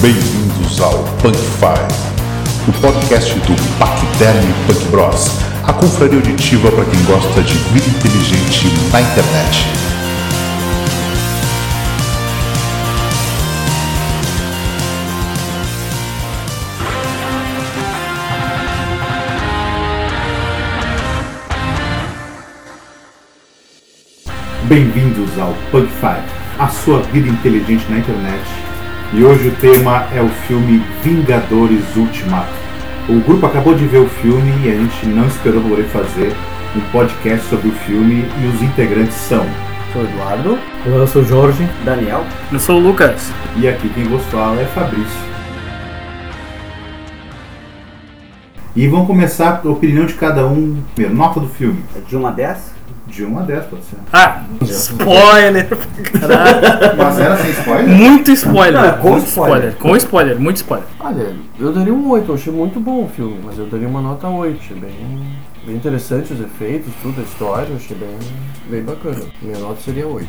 Bem-vindos ao Punk Five, o podcast do Paquiderme Punk Bros, a confraria auditiva para quem gosta de vida inteligente na internet. Bem-vindos ao Punk Five, a sua vida inteligente na internet. E hoje o tema é o filme Vingadores Ultimato. O grupo acabou de ver o filme e a gente não esperou poder fazer um podcast sobre o filme e os integrantes são. sou o Eduardo. Eu sou o Jorge. Daniel. Eu sou o Lucas. E aqui quem vos fala é Fabrício. E vamos começar a opinião de cada um. Primeiro, nota do filme. De 1 a 10? De 1 a 10, pode ser. Ah, spoiler! Caralho. Mas era sem spoiler? Muito spoiler. Não, é com Muito spoiler. Com spoiler, muito spoiler. Olha, eu daria um 8, eu achei muito bom o filme, mas eu daria uma nota 8. Achei bem, bem interessante os efeitos, tudo, a história, eu achei bem, bem bacana. Minha nota seria 8.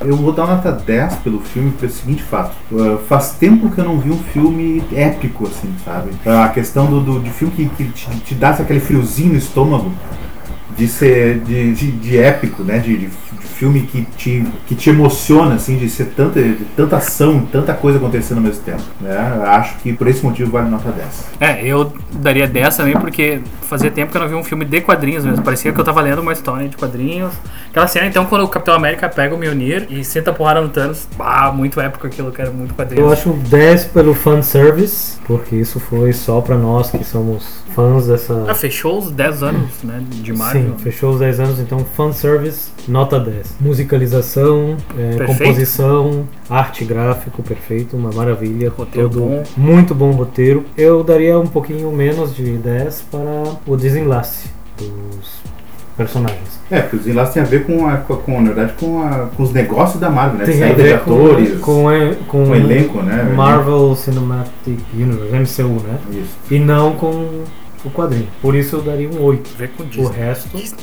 Eu vou dar nota 10 pelo filme pelo seguinte fato. Uh, faz tempo que eu não vi um filme épico, assim, sabe? A questão do, do- de filme que, que te, te dá aquele friozinho no estômago de ser de, de, de épico, né? De, de- de filme que te, que te emociona, assim, de ser tanta, de tanta ação, tanta coisa acontecendo ao mesmo tempo. Né? Acho que por esse motivo vale nota 10. É, eu daria 10 também, porque fazia tempo que eu não vi um filme de quadrinhos mesmo. Parecia que eu tava lendo uma história de quadrinhos. Aquela cena, então, quando o Capitão América pega o Mjolnir e senta a porrada no Thanos. Ah, muito épico aquilo, cara, muito Eu quadrinho. acho 10 pelo fanservice, porque isso foi só pra nós que somos fãs Ah, dessa. fechou os 10 anos, né, de Sim, Marvel. fechou os 10 anos, então fanservice, nota 10. Musicalização, é, Perfeito. composição, arte gráfico, perfeito, uma maravilha. Roteiro bom. Muito bom roteiro. Eu daria um pouquinho menos de 10 para o desenlace dos personagens. É, porque os enlaces tem a ver com, a, com, a- com, na verdade, com, a- com os negócios da Marvel, né? Tem a Saída de ver com, atores, com, com, e- com o elenco, né? Marvel Cinematic Universe, MCU, né? Isso. E não com o quadrinho. Por isso eu daria um 8. Vê com O Disney. resto. Disney.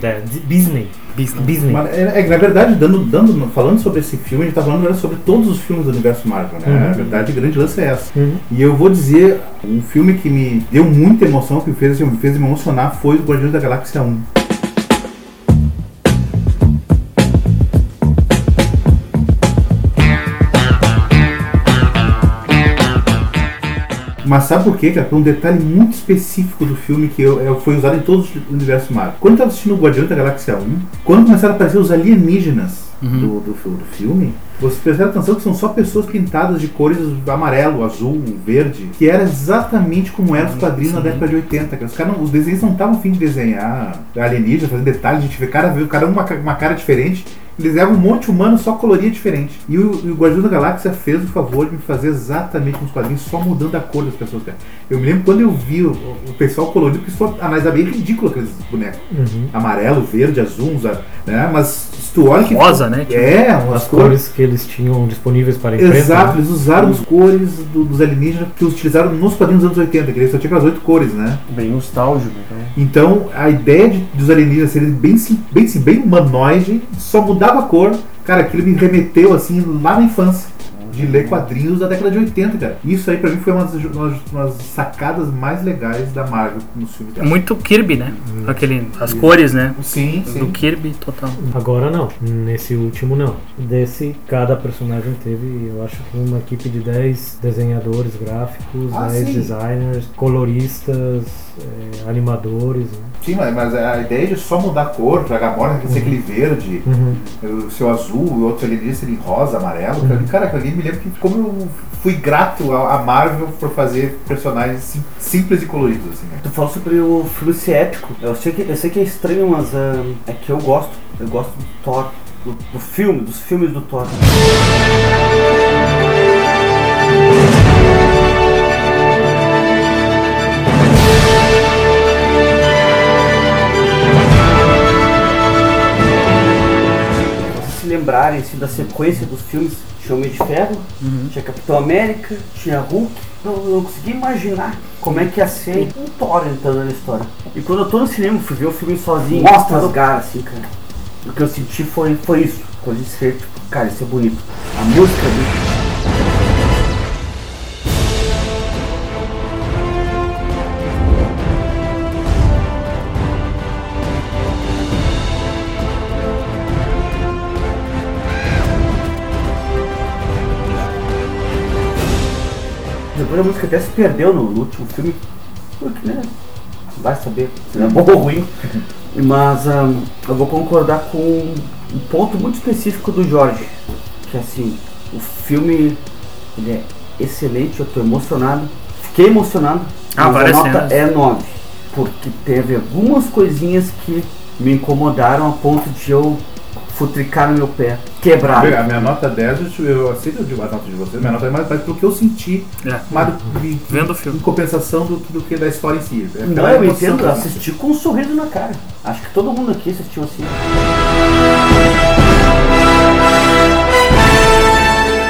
Da, de Disney. Disney. Disney. Mas, é, é que, na verdade, dando, dando, falando sobre esse filme, a gente tá falando na verdade, sobre todos os filmes do universo Marvel, né? Uhum. Na verdade, o grande lance é essa. Uhum. E eu vou dizer, um filme que me deu muita emoção, que me fez, assim, me fez me emocionar, foi o Guardiões da Galáxia 1. Mas sabe por quê, cara? Por um detalhe muito específico do filme que eu, eu- foi usado em todo o universo Marvel. Quando eu tava assistindo o Guardião da Galáxia 1, quando começaram a aparecer os alienígenas do, do, fi- do filme, vocês prestaram atenção que são só pessoas pintadas de cores amarelo, azul, verde, que era exatamente como era os quadrinhos na década de 80, cara. Os, caras não- os desenhos não estavam afim de desenhar ah, alienígena, fazer detalhes, a gente vê cada, cada um uma, ca- uma cara diferente. Eles eram um monte humano, só coloria diferente. E o, e o Guardião da Galáxia fez o favor de me fazer exatamente nos quadrinhos, só mudando a cor das pessoas. Cara. Eu me lembro quando eu vi o, o pessoal colorido, porque só analisar bem é ridículo aqueles bonecos. Uhum. Amarelo, verde, azul, uns, né? Mas se tu olha que. Rosa, né? É, umas cores. As cores né? que eles tinham disponíveis para a imprensa. Exato, eles usaram as cores do- dos alienígenas que utilizaram nos quadrinhos dos anos 80, que eles só tinham aquelas oito cores, né? Bem nostálgico, então. Então a ideia de, dos alienígenas serem bem, sim- bem, sim- bem humanoide, só mudava a cor. Cara, aquilo me remeteu assim lá na infância. De ler quadrinhos da década de 80, cara. Isso aí pra mim foi uma das, uma das- umas sacadas mais legais da Marvel nos filmes dela. Muito Kirby, né? Aquele, as cores, né? Sim, Do Kirby total. Agora não, nesse último não. Desse, cada personagem teve, eu acho que uma equipe de 10 desenhadores gráficos, Ah, 10 sim. designers, coloristas, eh, animadores. Né? Sim, mas, mas a ideia de só mudar a cor, pra Gamora tem que ser aquele verde, o seu azul, o outro alienígena seria em rosa, amarelo. Cara, aquilo ali me lembra que como eu fui grato à à Marvel por fazer personagens sim- simples e coloridos, assim, né? Tu falou sobre o filme ser épico. Eu sei que, eu sei que é estranho, mas ahn, é que eu gosto. Eu gosto do Thor. Do, do filme, dos filmes do Thor. vocês se lembrarem assim, da sequência dos filmes, tinha Homem de Ferro, tinha Capitão América, tinha Hulk. Eu eu não consegui imaginar como é que ia ser um Thor entrando na história. E quando eu tô no cinema, fui ver o filme sozinho, mostra lugar assim, cara. O que eu senti foi, foi isso. Coisa de ser, tipo, cara, isso é bonito. A música é bonita. coisa muito que até se perdeu no, no último filme. Porque, né? Vai saber se é bom ou ruim. Mas ahn, eu vou concordar com um ponto muito específico do Jorge. Que assim, o filme ele é excelente, eu tô emocionado. Fiquei emocionado. Ah, mas várias a nota cenas. é 9. Porque teve algumas coisinhas que me incomodaram a ponto de eu futricar no meu pé, quebrar. A minha nota 10, eu, eu aceito a nota de vocês, minha nota é mais baixa pelo que eu senti, É. mas de- Vendo o filme. em compensação do, do que da história em si. É Não, aquela eu emoção entendo, que- assisti com um sorriso na cara. Acho que todo mundo aqui assistiu assim.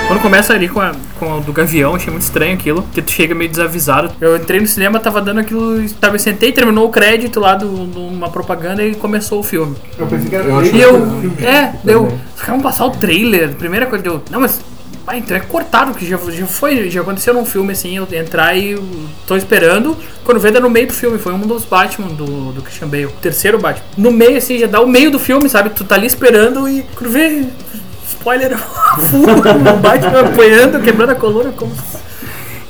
Quando começa ali com a, com a do Gavião, achei muito estranho aquilo, porque tu chega meio desavisado. Eu entrei no cinema, tava dando aquilo, sabe, eu sentei, terminou o crédito lá de uma propaganda e começou o filme. Eu pensei que era Eu acho E trailer eu, do filme. é, deu, os caras vão passar o trailer, primeira coisa deu, não, mas, ah, então é cortado, que já, já foi, já aconteceu num filme assim, eu entrar e eu tô esperando, quando vê, dá no meio do filme, foi um dos Batman do, do Christian Bale, o terceiro Batman. No meio, assim, já dá o meio do filme, sabe, tu tá ali esperando e, quando vê, spoiler, full, o Batman apanhando, quebrando a coluna, como...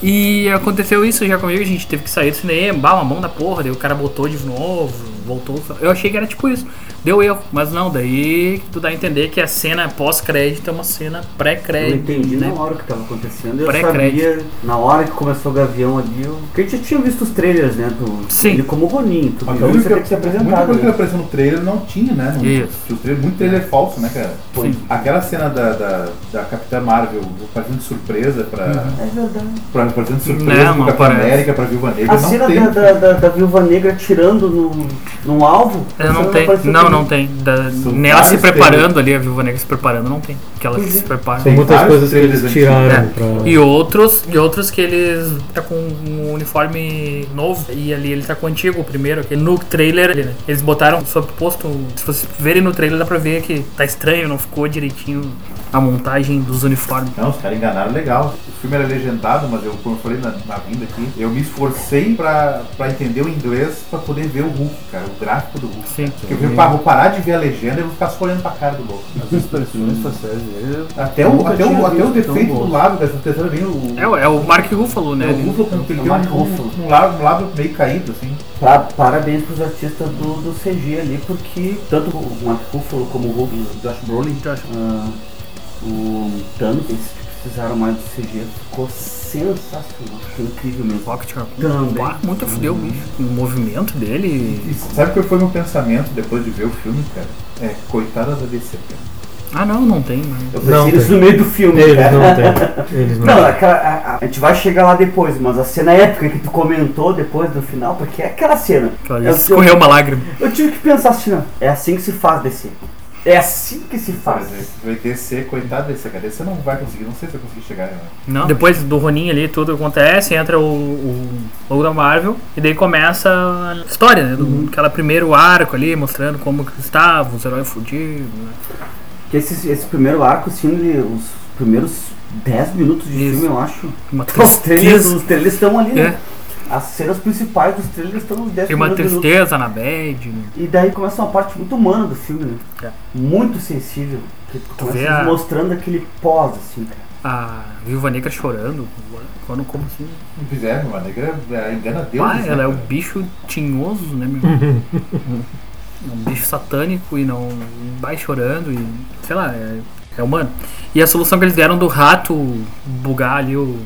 E aconteceu isso já comigo, a gente teve que sair do cinema, bah, uma mão da porra, daí o cara botou de novo, voltou. Eu achei que era tipo isso. Deu erro, mas não, daí tu dá a entender que a cena pós-crédito é uma cena Eu pré-crédito. entendi né? É, na hora o que estava acontecendo. Eu Pré-crédito. sabia, na hora que começou o Gavião ali, eu... porque a gente já tinha visto os trailers, né? Do... Sim. Ele como o Roninho, tudo Mas então tudo você que- tem que ser Muita apresentado. coisa que Né? apareceu no trailer não tinha, né? Não- Isso. tinha o trailer- muito trailer falso, né, cara? Sim. Aquela cena da, da, da Capitã Marvel fazendo surpresa pra. É verdade. pra fazendo surpresa Não, pro não Capitã aparece. América, pra Viúva Negra, A não cena tem. da, da, da, da Viúva Negra tirando no, num alvo. Ela essa não tem, apareceu não, também. não tem. Da, São nela se vários preparando ali, a Viúva Negra se preparando, não tem. Que ela se prepara. São muitas vários coisas que trailers eles antigos, É. tiraram né? pra. E outros, e outros que eles tá com um uniforme novo e ali ele tá com o antigo, o primeiro, aquele no trailer, ele, né? eles botaram sob posto, se vocês verem no trailer dá pra ver que tá estranho, não ficou direitinho a montagem dos uniformes. Não, os caras enganaram legal. O filme era legendado, mas eu, como eu falei na, na vinda aqui, eu me esforcei pra, pra entender o inglês pra poder ver o Hulk, cara, o gráfico do Hulk. Sim. Porque eu falei, pá, vou parar de ver a legenda e vou ficar só olhando pra cara do louco. As expressões da série dele. Até eu o, nunca até o, tinha até o visto tão defeito bom. do lábio dessa terceira linha, o, É, o- é o Mark Ruffalo, né? É, o Ruffalo com ele tem Mark um, Ruffalo. um, um, lábio, um lábio meio caído, assim. Pra- Tá, parabéns pros artistas do, do CG ali, porque tanto o Mark Ruffalo como o Hulk, o Josh Brolin, Josh. ah, o Thanos, eles que precisaram mais do CG, ficou sensacional, ficou incrível mesmo. Rocket Também. Bah, muito fudeu, bicho. O movimento dele. E sabe qual foi meu pensamento depois de ver o filme, cara? É, coitada da DC, cara. Ah não, não tem, mano. Eu Não pensei nisso tem. no meio do filme, Eles cara. não É. têm. Eles não Não, têm. aquela- a, a- a gente vai chegar lá depois, mas a cena épica que tu comentou depois do final, porque é aquela cena. Claro, Eu- Escorreu uma lágrima. Eu tive que pensar assim, ó, é assim que se faz DC. É assim que se faz. Mas é, Vai descer, coitada da DC, cara. DC não vai conseguir, não sei se vai conseguir chegar. Né? Não. Depois do Ronin ali, tudo acontece, entra o, o logo da Marvel, e daí começa a história, né? Do, Aquela primeiro arco ali, mostrando como que estava, os heróis fudidos. Né? Porque esse, esse primeiro arco, assim, ele- os primeiros 10 minutos de Isso. filme, eu acho. Uma Os trailers, tristeza. os trailers estão ali, né? É, As cenas principais dos trailers estão nos 10 tem uma primeiros minutos. tristeza na bad. né? E daí começa uma parte muito humana do filme, né? É. Muito sensível. Que tu começa vê a- mostrando aquele pós, assim, cara. A Viúva Negra chorando. Quando como assim? Não fizeram, mano. Negra engana Deus. Pá, né, ela é um cara? bicho tinhoso, né, meu? é um bicho satânico e não vai chorando e. sei lá, é, é humano. E a solução que eles deram do rato bugar ali o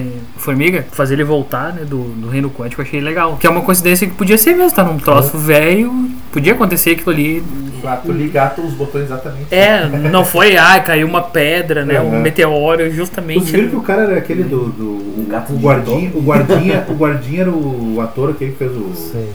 Homem-Formiga, fazer ele voltar, né, do, do reino quântico, eu achei legal. Que é uma coincidência que podia ser mesmo, tá num troço É. velho, podia acontecer aquilo ali. Lá, tu ligar todos os botões exatamente. É, não foi, ah, caiu uma pedra, né, um Uhum. meteoro, Vocês justamente. viram que o cara era aquele do. do- Um O gato o, de guardinha, o guardinha. O guardinha era o ator que fez o. Sim.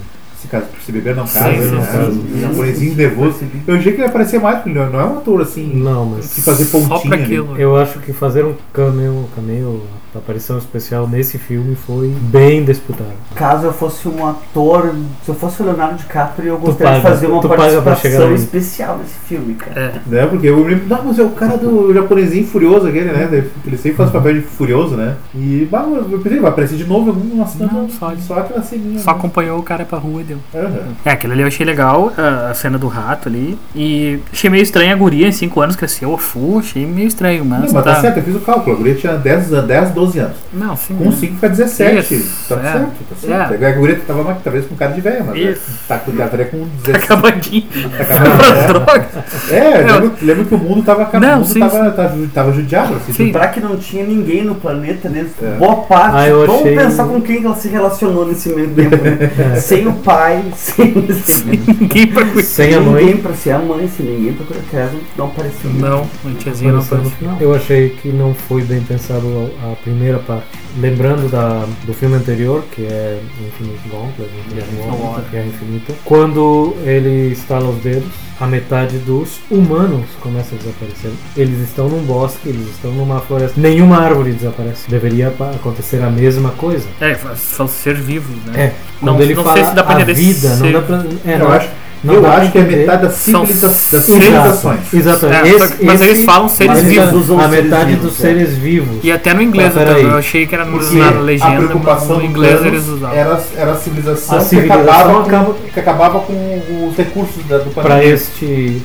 Se, casa- se beber não Sim, casa, sim, né? sim. O japonesinho devoso. Eu achei que ele aparecia mais, porque ele não é um ator assim. Não, Que mas. fazer pontinha. Só pra ali. aquilo. Eu acho que fazer um cameo, cameo, a aparição especial nesse filme foi bem disputado. Caso eu fosse um ator, se eu fosse o Leonardo DiCaprio, eu gostaria de paga, fazer uma tu paga pra chegar participação aí. especial nesse filme, cara. É, Né? Porque eu me lembro, não, mas é o cara do japonesinho furioso aquele, né? Ele sempre Uhum. faz papel de furioso, né? E bah, eu pensei, vai aparecer de novo em algum. Nossa, Não, só- só aquela ceninha. só né? acompanhou o cara pra rua e deu. filme. Aham. É, aquilo ali eu achei legal, a a cena do rato ali. E achei meio estranho a guria em 5 anos cresceu a full, achei meio estranho, Não, mas. mas tá certo, eu fiz o cálculo. A guria tinha 10, an- 10 12 anos. Não, sim. Com né? 5 fica 17. Isso, tá é. certo, tá certo. A guria tava uma- talvez com cara de velha, mas Isso. tá com ela estaria com 17. Acabadinho. acabando. Droga. É, Não. lembro, lembro que o mundo tava acabando, Não, o mundo sim, tava, tava, tava judiado. Assim, Sim. tipo, Lembrar que não tinha ninguém no planeta, né? É. Boa parte. Ah, eu Vamos achei- É. pensar com quem ela se relacionou nesse meio tempo, né? sem o pai, sem, sem, Ninguém pra cuidar. Sem a mãe. ninguém pra ser a mãe, sem ninguém pra cuidar. que ela Não apareceu. Não, não tiazinha não Apareceu no apareceu. final. Eu achei que não foi bem pensado a a primeira parte. Lembrando da, do filme anterior, que é Infinite Gauntlet, Guerra Infinita, Guerra Infinita, quando ele estala os dedos, a metade dos humanos começa a desaparecer. Eles estão num bosque, eles estão numa floresta. Nenhuma árvore desaparece. Deveria pa- acontecer a mesma coisa. É, são seres vivos, né? É, Não- quando ele não sei fala se dá pra a entender vida, não se- dá pra... É, eu não, acho, não eu dá pra acho que é entender. metade da São civiliza- das seis- civilizações. Exatamente. É, Esse- mas eles esse- falam seres mas eles vivos. usam A seres metade vivos, dos é. seres vivos. E até no inglês Mas peraí. também, eu achei que era no, Porque na legenda, a preocupação mas no do inglês Thanos eles usavam. Era, era a civilização, A que civilização acabava com- acaba- que acabava com os recursos da, do para planeta. este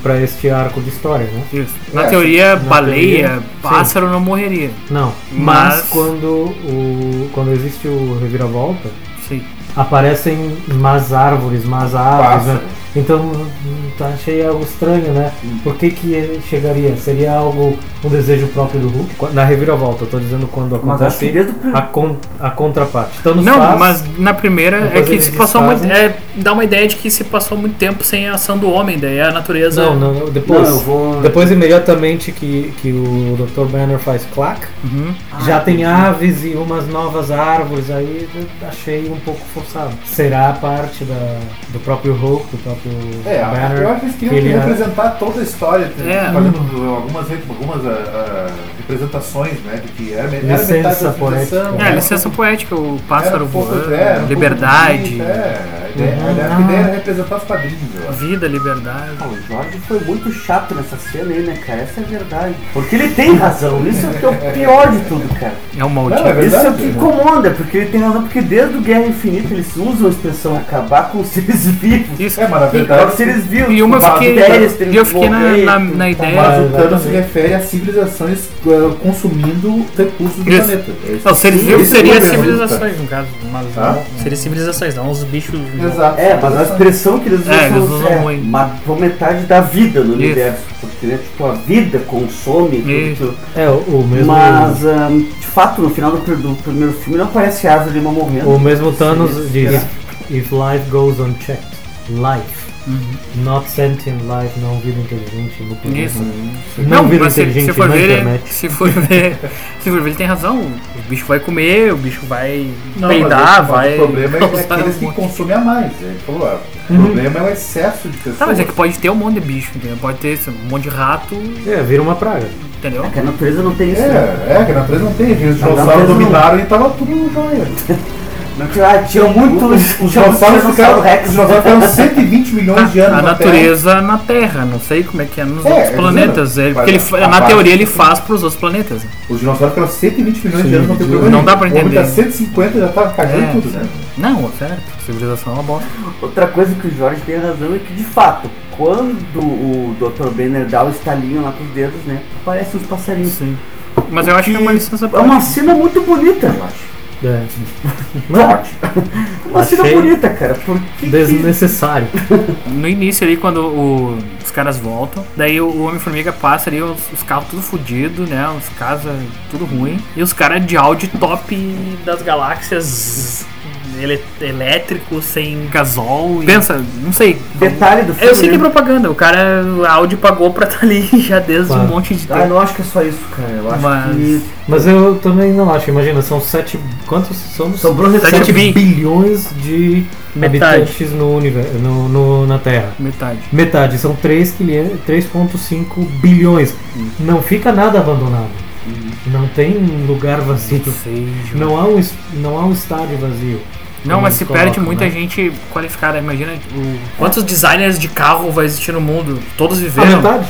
para este arco de história, né? Isso. Na É, teoria, na baleia, teoria, pássaro não morreria. Não, mas, Mas- quando o quando existe o reviravolta Sim. aparecem mais árvores, mais aves, né? então hum, tá, achei algo estranho, né? Por que que chegaria? Seria algo um desejo próprio do Hulk? Na reviravolta, eu tô dizendo quando Mas acho que acontece desde o primeiro. a, con, a contraparte. Thanos Não, faz, mas na primeira é Depois que eles se passou muito. desfazem. É, dá uma ideia de que se passou muito tempo sem a ação do homem, daí é a natureza. não, não, não, Não, depois eu vou. depois imediatamente que que o Dr. Banner faz clack Uhum. Já tem aves e umas novas árvores aí, eu achei um pouco forçado. Será parte da, do próprio Hulk, do próprio É, eu acho Banner? que eles queriam que ele- representar toda a história, t- É. fazendo algumas, re- algumas ah, ah, representações, né? De que era, me- era Licença metade da poética. civilização. É, licença poética, o Era pássaro um pouco- voando, é, era um pouco liberdade. bonito, é. A ideia, a ideia- a Uhum. ideia era representar os quadrinhos, eu acho. Vida, liberdade. Ah, O Jorge foi muito chato nessa cena aí, né, cara? Essa é a verdade. Porque ele tem razão. Isso é o que é o pior de tudo, cara. É né? um molde. Não, é verdade. Isso é o que incomoda, porque ele tem razão, porque desde o Guerra Infinita eles usam a expressão acabar com os seres vivos. Isso. É, mas na Acabar com verdade, os seres vivos. E uma eu com as fiquei, ideias, tem e eu que fiquei na, morrer, na, tem- na ideia. mas o É, Thanos se exatamente. refere a civilizações ah, consumindo recursos do Isso. planeta. É isso. Não, seres Sim, vivos isso seria mesmo. civilizações, no caso. Mas Hã? não, seria civilizações, não os bichos. Tá? Exato. É, mas a expressão que eles usam, É, eles usam é, muito. matou metade da vida no Isso. universo. Porque, né, tipo, a vida consome tudo Isso. aquilo. É, o, o mesmo, Mas, ahn, de fato, no final do, pr- do primeiro filme não aparece a árvore lima o morrendo. mesmo Thanos Sim, diz: será? If life goes unchecked, life. Not sentient life, não vida inteligente. no planeta. Uhum. Isso. Não, vida mas se, inteligente, se for não ver, ele- internet. se for ver, se for ver, ele tem razão. O bicho vai comer, o bicho vai Não, peidar, mas o- vai. O problema é, que causar aqueles um que monte. consomem a mais. Ele falou, ah, o problema é o excesso de pessoas. Uhum. Tá, mas é que pode ter um monte de bicho, entendeu? Pode ter esse- um monte de rato, É, vira uma praga. entendeu? É que a natureza não tem isso. né? É, é, que na natureza não tem. Os natureza dinossauros não. dominaram e tava tudo jóia. Não tinha- ah, tinha muito. Os, os tinha muito dinossauros ficaram, dinossauro Rex. né? os dinossauros ficaram 120 milhões de anos A na Terra. natureza na Terra, não sei como é que é nos É, outros é, planetas. exato. É, porque ele, Mas fa- a na parte- teoria ele faz pros outros planetas. né? Os dinossauros ficaram 120 milhões de anos, não tem Sim, problema não nenhum. dá pra O homem tá entender. 150 já tava cagando É. tudo, né? Não, sério, civilização é uma bosta. Outra coisa que o Jorge tem razão é que, de fato, quando o Dr. Banner dá o estalinho lá com os dedos, né? Aparecem os passarinhos. Sim. Mas eu acho que é uma licença É uma cena muito bonita, eu acho. É, Jorge. Uma cena Achei- bonita, cara. Por que que- desnecessário. No início ali, quando o- os caras voltam, daí o, o Homem-Formiga passa ali, os, os carros tudo fodido, né? Os casas tudo ruim. E os caras de Audi top das galáxias ele, elétrico, sem gasol. e- Pensa, não sei. Detalhe do filme. Eu sei que é né? propaganda, o cara, a Audi pagou pra estar ali já desde um Claro. monte de Ah, eu tempo. não acho que é só isso, cara. Eu acho Mas- que Mas eu também não acho. Imagina, são 7. Quantos somos? sobrou Sete receita. 7 bi. bilhões de Metade. habitantes no universo, no, no- na Terra. Metade. Metade, são 3 quilhe- 3,5 bilhões. Não fica nada abandonado. Não tem um lugar vazio. Não há um, es- não há um estádio vazio. Não, mas se Coloca, perde muita né? gente qualificada. Imagina o- quantos designers de carro vai existir no mundo? Todos A viveram. Ah, metade?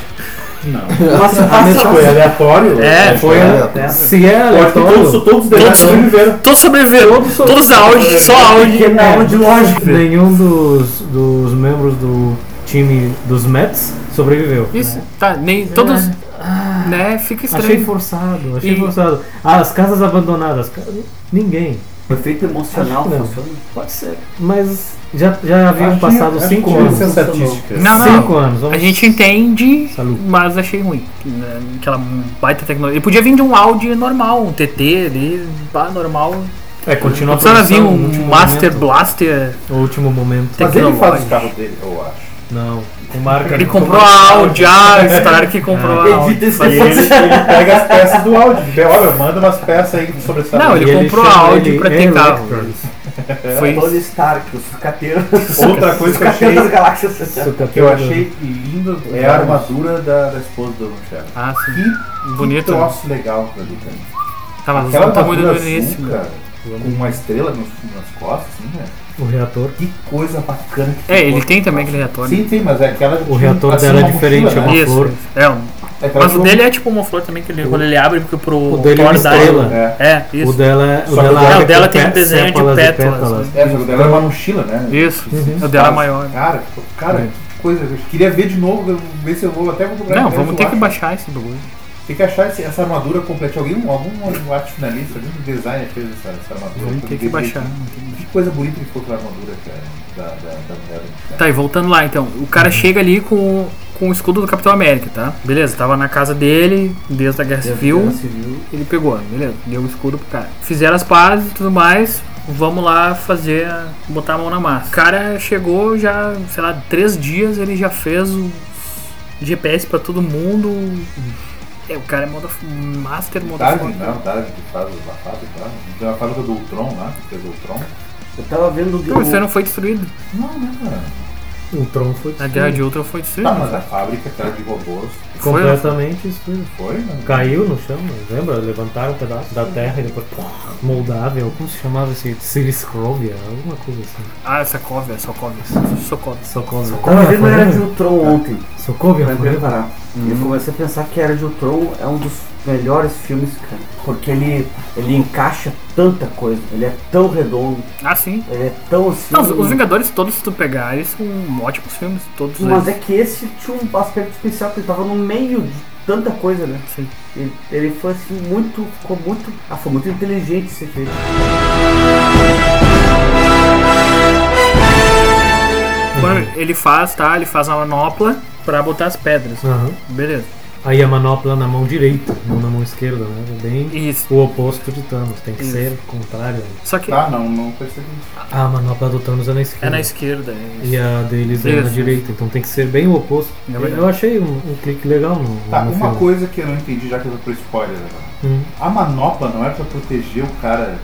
Não. Uma Mas situação. foi aleatório? É, Foi É, né? Se é Eu acho que todos, aleatório, Então, todos os demais Todos- sobreviveram. Todos sobreviveram. Todos É. Todos são áudio, só áudio. Pequena aula de lógica. nenhum dos, dos membros do time dos Mets sobreviveu. Isso, tá, nem todos. Né, fica Ah. Achei estranho. forçado, achei E- forçado. Ah, as casas abandonadas. cara, Ninguém. O efeito emocional Acho que não. funciona. Pode ser. Mas já, já haviam Acho- passado acho cinco que anos. essa é a estatística. Não, não. Cinco anos. A Vamos... gente entende, Salud. mas achei ruim. né, Aquela baita tecnologia. Ele podia vir de um áudio normal, um TT ali, pá, normal. É, continua a Precisava vir produção, um no último Master momento. Blaster. O último momento. Tem- Mas ele faz Tecnológico. o carro dele, eu acho. Não. Com marca. Ele comprou a áudio, ah, esperaram que comprou a áudio. Edita esse E ele, ele pega as peças do áudio. Ele, Olha, manda umas peças aí que sobressaem. Não, ele E comprou chama áudio ele pra ter carro. Electrons. Foi Tony Stark, o sucateiro. Outra coisa que eu Sucateiro das achei, galáxias. que eu achei linda é a armadura da, da esposa do Don Cheadle. Ah, sim. Que Bonito. né? troço legal pra ali, cara. Tá, mas Aquela o tamanho armadura do azul, início. cara, com uma estrela nos- nas costas, assim, né? O reator. Que coisa bacana. Que É, ficou. ele tem também aquele reator. né? Sim, tem, mas é aquela... O reator dela é uma diferente, mochila, né? é uma- Isso. flor. É, um- É aquela mas o que- dele é tipo uma flor também, que ele, quando ele abre porque pro O dele é uma Thor dar- estrela. É. É, O isso. dela é. Só que o dela- abre o dela com tem um pé- desenho de sépalas e pétalas, né? É, só que o dela é uma mochila, né? Isso. Uhum. O dela Tá. é maior. Cara, É. cara, que coisa. Eu queria ver de novo, eu- ver se eu vou até vou comprar. Não, de vamos novo, ter eu que acho. baixar esse bagulho. Tem que achar esse- essa armadura completa. Alguém, algum arte finalista, algum designer fez essa, essa armadura. Vamos Pra ter mim que ver baixar. direitinho. Que coisa bonita que ficou aquela armadura, cara, da, da, da mulher. Tá, e voltando lá então. O cara chega ali com, com o escudo do Capitão América, tá? Beleza, tava na casa dele, desde a Guerra Civil. Ele pegou, beleza, deu o escudo pro cara. Fizeram as pazes e tudo mais. Vamos lá fazer, a- botar a mão na massa. O cara chegou já, sei lá, três dias ele já fez o GPS pra todo mundo. É, o cara é moda, master moda Darwin, Tá, foda. não, Darwin que faz os bafados, tá? Não Tem uma fábrica do Ultron lá, que fez o Ultron. Eu tava vendo o Então, Não, isso aí não foi destruído. Não, né, cara? O tronco foi A guerra destruído. de outra foi destruída. Tá, mas a fábrica atrás de robôs Foi, né? Completamente destruído. foi, né? Caiu no chão, lembra? Levantaram um pedaço da terra e depois. pô, Moldávia, como se chamava esse? Siriscrovia, alguma coisa assim. Ah, Sokovia, Sokovia, Sokovia. Sokovia. Tava vendo a Era de Ultron ontem, Sokovia, pra me forever. preparar. E eu comecei a pensar que a Era de Ultron é um dos melhores filmes, cara. Porque ele, ele encaixa tanta coisa, ele é tão redondo, Ah, sim. ele é tão assim. Não, os- os Vingadores todos, se tu pegar, eles são ótimos filmes, todos Mas Né? eles. é que esse tinha um aspecto especial, porque ele tava no meio de tanta coisa, né? Sim. Ele, ele foi assim, muito. Ficou muito. Ah, foi muito inteligente esse efeito. Quando ele faz, tá? Ele faz a manopla pra botar as pedras. Aham. Beleza. Aí a manopla na mão direita, não na mão esquerda, né? Bem Isso. o oposto de Thanos, tem que Isso. ser o contrário. Só que Tá, não, não percebi. Ah, a manopla do Thanos é na esquerda. é na esquerda. é E isso. a deles é na Isso. direita, então tem que ser bem o oposto. É Eu, verdade. achei um, um clique legal no, Tá, no uma filme. coisa que eu não entendi, já que eu tô pro spoiler agora. Hum. A manopla não é pra proteger o cara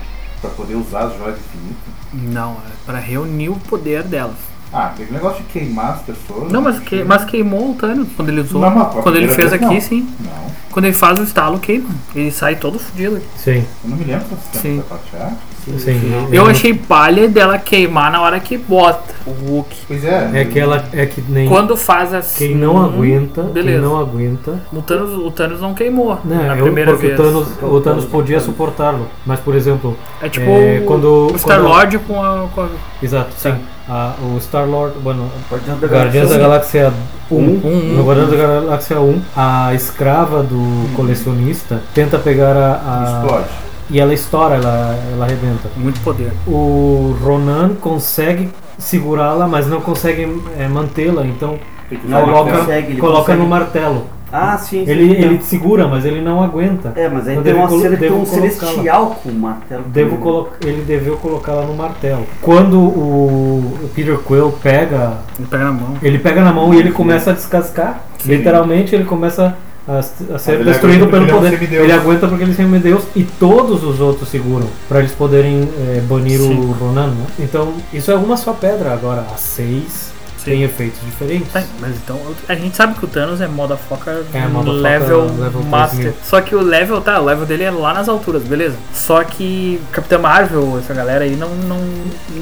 pra poder usar as joias infinitas? Não, é pra reunir o poder delas. Ah, tem um negócio de queimar as pessoas. Não, mas, né? que, mas queimou o Thanos quando ele usou. Não, mas a quando ele primeira fez vez, aqui, não. sim. Não, Quando ele faz o estalo, queima. Ele sai todo fudido. Sim, eu não me lembro se Sim. você faixa. sim. sim. Eu achei palha dela queimar na hora que bota o Hulk. Pois é. É que ela é que nem. Quando faz assim. Quem não aguenta, Beleza. quem não aguenta. O, Thanos, o Thanos não queimou Né, na eu- primeira porque vez. então, o Thanos, o Thanos podia suportá-lo. Mas, por exemplo, É tipo É, o- quando- o Star-Lord com a. Com a exato, sim. a- o Star-Lord, bueno, Guardião da Guardiões da Galáxia. Galáxia 1, Hum. um, no Guardiões da Galáxia 1, a escrava do colecionista tenta pegar a. a- Explode. e ela estoura, ela, ela arrebenta. um, muito poder. O Ronan consegue segurá-la, mas não consegue é, mantê-la, então Tem que usar Não, ele coloca, consegue, ele coloca consegue. no martelo. Ah, sim. sim, Ele, sim. ele segura, mas ele não aguenta. É, mas aí Eu tem devo uma colo- cena que tem devo um colocá-la. celestial com o martelo. Hum. Devo colo- ele deveu colocá-la no martelo. Quando o Peter Quill pega, Ele pega na mão. ele pega na mão e ele começa a descascar. Sim. Literalmente ele começa a, s- a ser Ele destruído aguenta porque pelo ele é um poder. semideus. ele aguenta porque ele é semideus e todos os outros seguram para eles poderem é, banir Sim. o Ronan. Né? Então isso é uma só pedra agora. As seis Sim. têm efeitos diferentes. Tá, mas então, a gente sabe que o Thanos é moda foca É, motherfucker level, level master. 3000. Só que o level, tá, o level dele é lá nas alturas, beleza. Só que Capitã Marvel, essa galera aí, não, não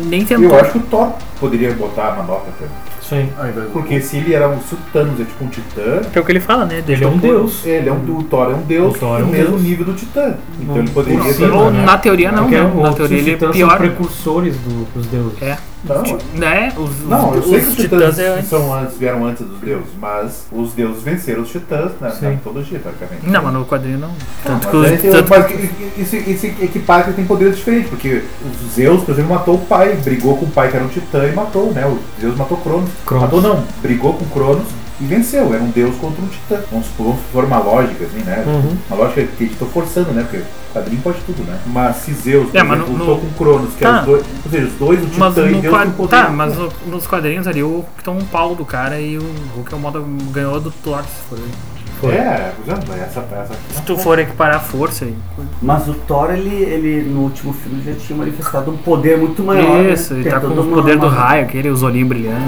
nem Eu tentou. acho que o Thor poderia botar a manopla pra Sim. Ao invés do- Porque se ele era um se o Thanos, é tipo um titã, É o que ele fala, né? Ele é um deus. ele é um, o Thor é um deus O Thor é do um mesmo deus. nível do titã. Então Não, ele poderia por ser. cima, Ou, né? na teoria não, Porque né? os Na teoria ele é titãs pior. são precursores do- dos deuses. É. Não, Né? Os, os- não, eu sei que os os titãs titãs é antes. são antes, vieram antes dos deuses, mas os deuses venceram os titãs na, na Sim. mitologia, teoricamente. Não, mas no quadrinho não. Tanto Tipo, que Mas é os. aí tem- Tanto... mas e- e- Isso, isso equipara que ele tem poderes diferentes, porque o Zeus, por exemplo, matou o pai, brigou com o pai que era um titã e matou, né? O Zeus matou Cronos. Cronos. Matou não, brigou com Cronos e venceu. Era um deus contra um titã. Vamos supor, vamos supor uma lógica, assim, né? Uhum. Uma lógica que estou forçando, né? Porque o quadrinho pode tudo, né? Mas se Zeus por É, mas exemplo, no- lutou com Cronos, que Tá. era os dois. Ou seja, os dois, o titã Mas, e no Deus quad- com poder. tá, mas no- nos quadrinhos ali o Hulk toma um pau do cara e o Hulk é o modo ganhou do Thor. Se, for, É, essa peça. se tu for equiparar a força aí. Mas o Thor, ele, ele no último filme já tinha manifestado um poder muito maior. né? Isso, ele Tem tá com toda o uma- poder do uma- raio, aquele, os olhinhos brilhando.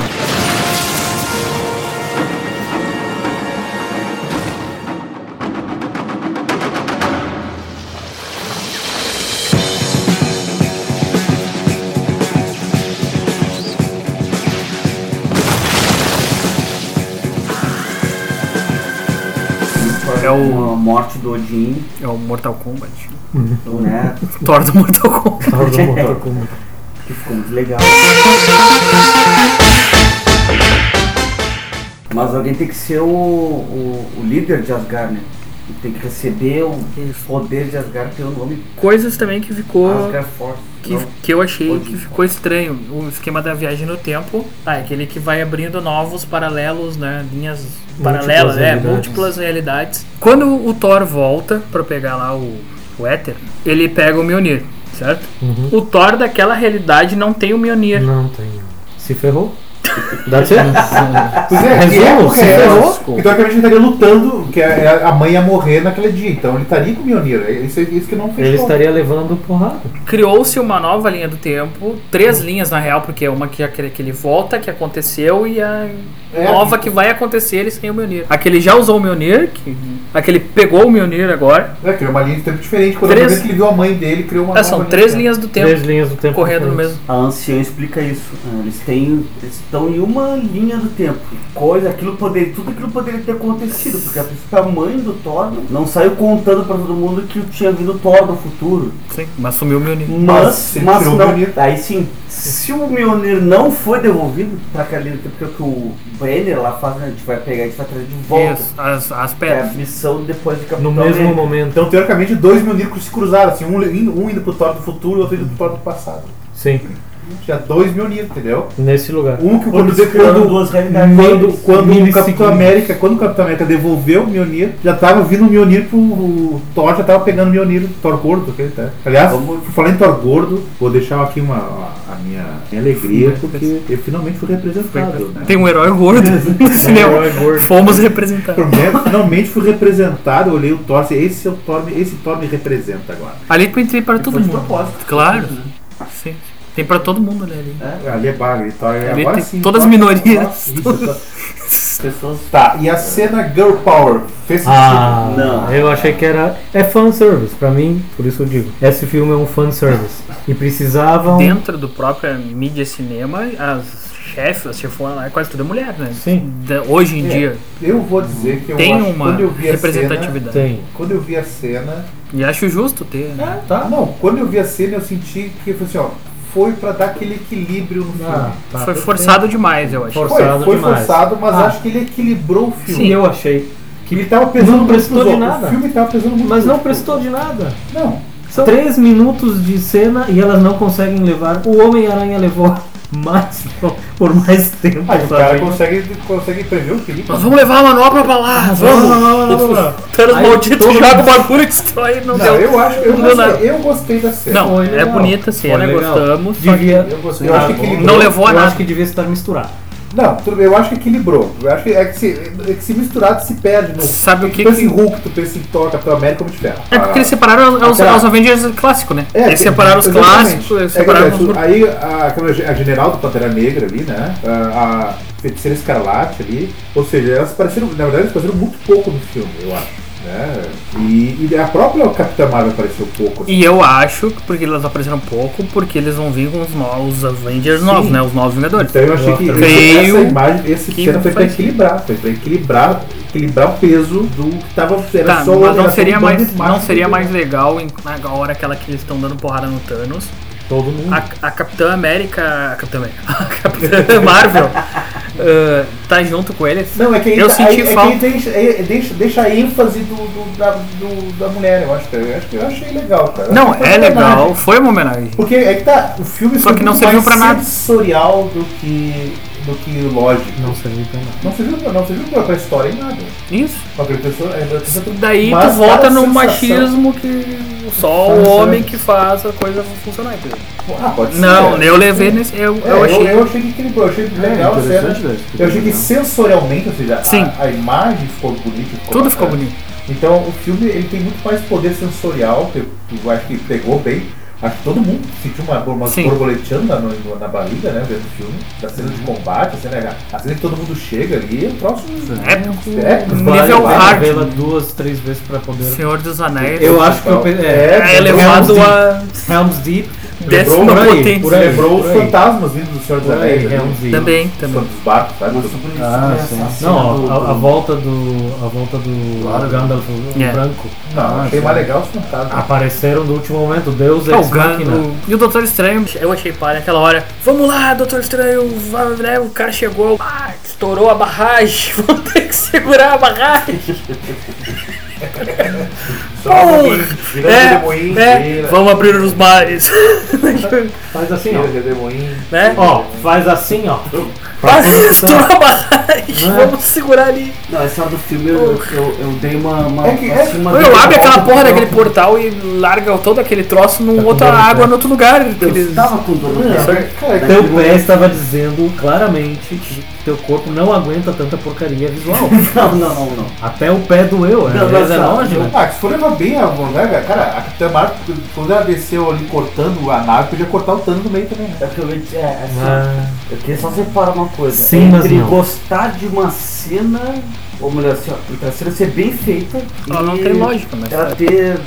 É o, Uma morte do Odin, é o Mortal Kombat. né? Thor do Mortal Kombat. Thor do é. Mortal Kombat. Que ficou muito legal. Mas alguém tem que ser o, o, o líder de Asgard, né? E tem que receber o poder de Asgard pelo nome Coisas também que ficou. Asgard Force. Ah, Então, que, Não. que eu achei Pode que ir. ficou estranho. O esquema da viagem no tempo, tá, é aquele que vai abrindo novos paralelos, né? Linhas paralelas, né? realidades. Múltiplas realidades. Quando o Thor volta pra pegar lá o, o Éter, ele pega o Mjolnir, certo? Uhum. O Thor daquela realidade não tem o Mjolnir. Não tem. Se ferrou? That's it? Pois é, Resumo, é, se é, ferrou. é, Então é que a gente estaria lutando, que é, a, a- a mãe ia morrer naquele dia. Então ele estaria com o Mionir. É Isso, é isso que não fez. Ele estaria levando porrada. Criou-se uma nova linha do tempo, três linhas na real, porque é uma que, aquele que ele volta, que aconteceu, e a É. nova que vai acontecer, ele sem o Mjolnir. Aquele já usou o Mjolnir, que, aquele pegou o Mjolnir agora. É, criou uma linha de tempo diferente. Quando Três- três... que ele viu a mãe dele, criou uma É, nova são linha três de linhas do tempo Três linhas do tempo. correndo no diferentes. mesmo. A anciã explica isso. né? Eles têm. Eles estão em uma linha do tempo. Coisa, aquilo poderia. Tudo aquilo poderia ter acontecido. Porque a princípio, a mãe do Thor não saiu contando pra todo mundo que tinha vindo o Thor do futuro. Sim, mas sumiu o Mjolnir. Mas, Mas, ele mas tirou o não. Mjolnir. Aí sim, se o Mjolnir não foi devolvido pra aquela linha do tempo, que é o que o Brenner lá faz, né? A gente vai pegar e vai trazer de volta. Isso, as, as É a pedras. missão depois de Capitão No mesmo América. momento. Então, teoricamente, dois Mionir se cruzaram, assim, um, indo- um indo pro Thor do futuro e outro indo pro Thor do passado. Sim, Já dois Mionir, entendeu? nesse lugar. Um que Quando quando, você criando quando, duas realidades. quando, quando o Capitão Milissegundos. América, quando o Capitão América devolveu o Mionir, já tava vindo o Mionir pro o Thor, já tava pegando o Mionir, Thor gordo, que ele tá. Aliás, Vamos- por falar em Thor gordo, vou deixar aqui uma, a- a minha, minha alegria, porque eu finalmente fui representado, né? Tem um herói gordo no cinema. Herói gordo. Fomos representados. Finalmente- Finalmente fui representado, eu olhei o Thor, assim, esse é o Thor, me- esse Thor me representa agora. Ali pra entrei para todo Foi de mundo. propósito. Claro. Sim. Tem pra todo mundo, né? Ali. Ali é bagre, Thor, é Ali agora tem sim. todas as Thor- minorias. Nossa, isso, Thor- Pessoas. Tá, e a cena Girl Power fez sentido? Ah, Não. eu achei que era. É fanservice, pra mim, por isso eu digo. Esse filme é um fanservice. E precisavam. Dentro do próprio eh, mídia cinema, as chefes, as chefonas lá, é quase tudo é mulher, né? Sim. Da- hoje em É. dia Eu vou dizer que eu tem acho, uma quando eu vi a cena, representatividade. Tem. quando eu vi a cena, E acho justo ter, né? tá? Não, quando eu vi a cena eu senti que foi assim, ó, foi pra dar aquele equilíbrio no filme. Ah, tá, Foi perfeito. forçado demais, eu acho. For- Foi, forçado foi demais. forçado, mas Ah. acho que ele equilibrou o filme. Sim, eu achei. Ele tava pesando Não muito prestou pros de outros. nada. O filme tava pesando muito. Mas pros não prestou de nada. outros. Não. São três minutos de cena e elas não conseguem levar. O Homem-Aranha levou mais por mais tempo. Aí o sabe? cara consegue, consegue prever o filme. Nós vamos levar a manopla pra lá, Vamos, vamos! vamos, vamos, vamos. Thanos Aí maldito todo joga o mundo- bagulho e destrói, não, Não, deu. eu acho, eu Não deu nada. gostei, eu gostei da cena. Não, Foi é legal. bonita a cena, Foi legal. gostamos. só que Devia. Eu gostei. Eu acho que equilibrou. Não levou a eu nada. acho que devia estar misturado. Não, tudo bem, eu acho que equilibrou. Eu acho que é que se, é que se misturar, tu se perde. Mas Sabe o tu que pensa que- em Hulk, tu pensa em Thor, Capitão América, como tiver. É porque eles separaram os, Aquela- os Avengers clássico, né? É, eles separaram os exatamente. clássicos, um É eles que, separaram aliás, os... Aí a, aquela ge- a general do Pantera Negra ali, né? A, a feiticeira escarlate ali. Ou seja, elas pareceram. Na verdade, elas pareceram muito pouco no filme, eu acho. É. E, e a própria Capitã Marvel apareceu pouco. assim. E eu acho, que porque eles apareceram pouco, porque eles vão vir com os, novos, os Avengers novos, né? Os novos Vingadores. Então eu achei que Creio essa imagem, essa que cena foi pra faz sentido. equilibrar, foi pra equilibrar, equilibrar o peso do que tava era Tá, só uma mas não relação seria do Banco mais, de Marvel. não seria mais legal em- na hora aquela que eles estão dando porrada no Thanos. Todo mundo. A, a Capitã América. A Capitã América. A Capitã Marvel eh, tá junto com eles. Não, é que aí, Eu tá- senti aí- é que aí falta. deixa, é- deixa, deixa a ênfase do, do- da, do- da mulher, eu acho que eu, acho que eu achei legal, cara. Não, Foi uma é legal, homenagem. foi uma homenagem. Porque é que tá, o filme Só foi que não muito serviu mais pra nada. sensorial do que, do que lógico. Não serviu pra nada. Não serviu, pra- não serviu pra, pra história em nada. Isso. Pra pessoa, a pessoa Daí Mas tu dá volta a no sensação- machismo que só o Faz homem anos. que faz a coisa funcionar. entendeu? Ah, pode ser. Não, eu levei nesse. Eu, É, eu achei. eu achei que equilibrou, eu achei É, legal a cena. É, interessante né? desse. Eu achei que sensorialmente, ou seja, a- Sim. A, imagem ficou bonita. ficou Tudo ficou bacana. bonito. Então o filme ele tem muito mais poder sensorial, que eu, que eu acho que pegou bem. Acho que todo mundo sentiu uma, uma Sim. borboleteando na, no- na barriga, né, vendo o filme. Da cena de combate, assim, a cena, a cena que todo mundo chega ali, é um troço Épico. épico. Nível vale, hard. Revela duas, três vezes pra poder. Senhor dos Anéis. Eu acho Então, que eu pe- é, é elevado Helm's a Deep. Helm's Deep. décima por Por aí, por potência. aí, lembrou os por aí. fantasmas vindo do Senhor dos Por aí, Anéis. ali, é, Helm's Deep. Também, os É, também. dos barcos, sabe? Nossa, por isso, Ah, né, sim. essa cena Não, do- a, a volta do. A volta do Claro. Gandalf o Yeah. branco. Não, Ah, achei sim. mais legal os fantasmas. Apareceram no último momento, Deus Ah, o ex machina. Gando. E o Doutor Estranho, eu achei palha aquela hora. Vamos lá, Doutor Estranho, vai, né? o cara chegou, ah, estourou a barragem, vamos ter que segurar a barragem. Só um pouquinho, É, redemoinho, né? gira, Vamos abrir os bares. Faz assim, gira, ó. redemoinho. né? Ó, faz assim, ó. Ah, estourou a barragem, É. vamos segurar ali. Não, essa hora do filme eu, eu, eu dei uma. uma É que- assisti uma Ou eu vez- abre aquela porra daquele portal e larga todo aquele troço num outra dor no água, pé. no outro lugar. Eu Aqueles- tava com dor no Só pé. que- Cara, então, Teu pé estava dizendo claramente que teu corpo não aguenta tanta porcaria visual. Não, não, não, não. Até o pé doeu, é, Não, não, é não. né? lógico. Ah, se for levar bem a mão, né, cara? Cara, a Capitã Marvel, quando ela desceu ali cortando a nave, podia cortar o Thanos no meio também, né? É que eu ia dizer, é, assim, Ah, Eu queria só separar uma coisa. Sim, mas entre não. gostar de uma cena, ou melhor, assim, ó, entre a cena ser bem feita Ela e não tem lógica, mas. ela ter,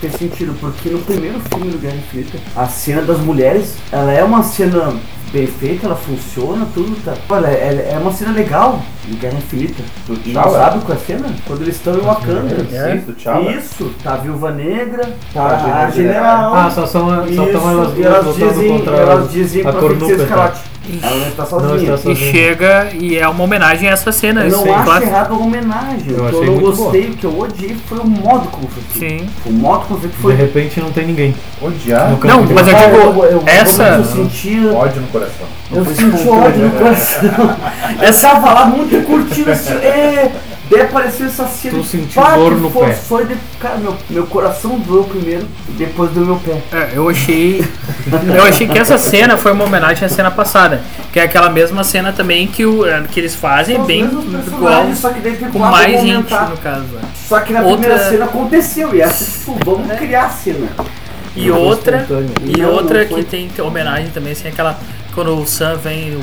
ter sentido. Porque no primeiro filme do Guerra Infinita, a cena das mulheres, ela é uma cena bem feita, ela funciona, tudo tá. Olha, ela é uma cena legal do Guerra Infinita. E não T'Challa? sabe qual é a cena? Quando eles estão em Wakanda. É. Isso, tchau. Isso, tá a Viúva Negra, Tá tá a a General. ah, só são só isso, estão elas e duas elas lutando dizem, contra elas as- dizem a pra Feiticeira cornuca. Escarlate. Ela não está Não, tá sozinha. está E sozinha. chega e é uma homenagem a essa cena. Uhum. Eu isso não é acho classe- errado a homenagem. Eu o que eu achei não muito boa. gostei, o que eu odiei foi o modo como foi feito. Sim. O modo como foi feito De foi. repente não tem ninguém. Odiar, No campo Não, de mas é eu Ah, digo, essa- Eu senti, eu ódio no coração. foi senti espontâneo, ódio no né? coração. Eu tava lá muito curtindo esse. É, daí apareceu essa cena. Tu de sentiu pá, dor que no foi- pé. Foi de, cara, meu, meu coração doeu primeiro e depois do meu pé. É, eu achei. eu achei que essa cena foi uma homenagem à cena passada. Que é aquela mesma cena também que, o, é, que eles fazem, São os bem mesmos igual, personagens, só que daí com ficou mais gente, no caso. né? Só que na Outra- primeira cena aconteceu. E essa, tipo, vamos criar a cena. é E outra, e Não, outra não que foi. tem homenagem também, assim, aquela. Quando o Sam vem, o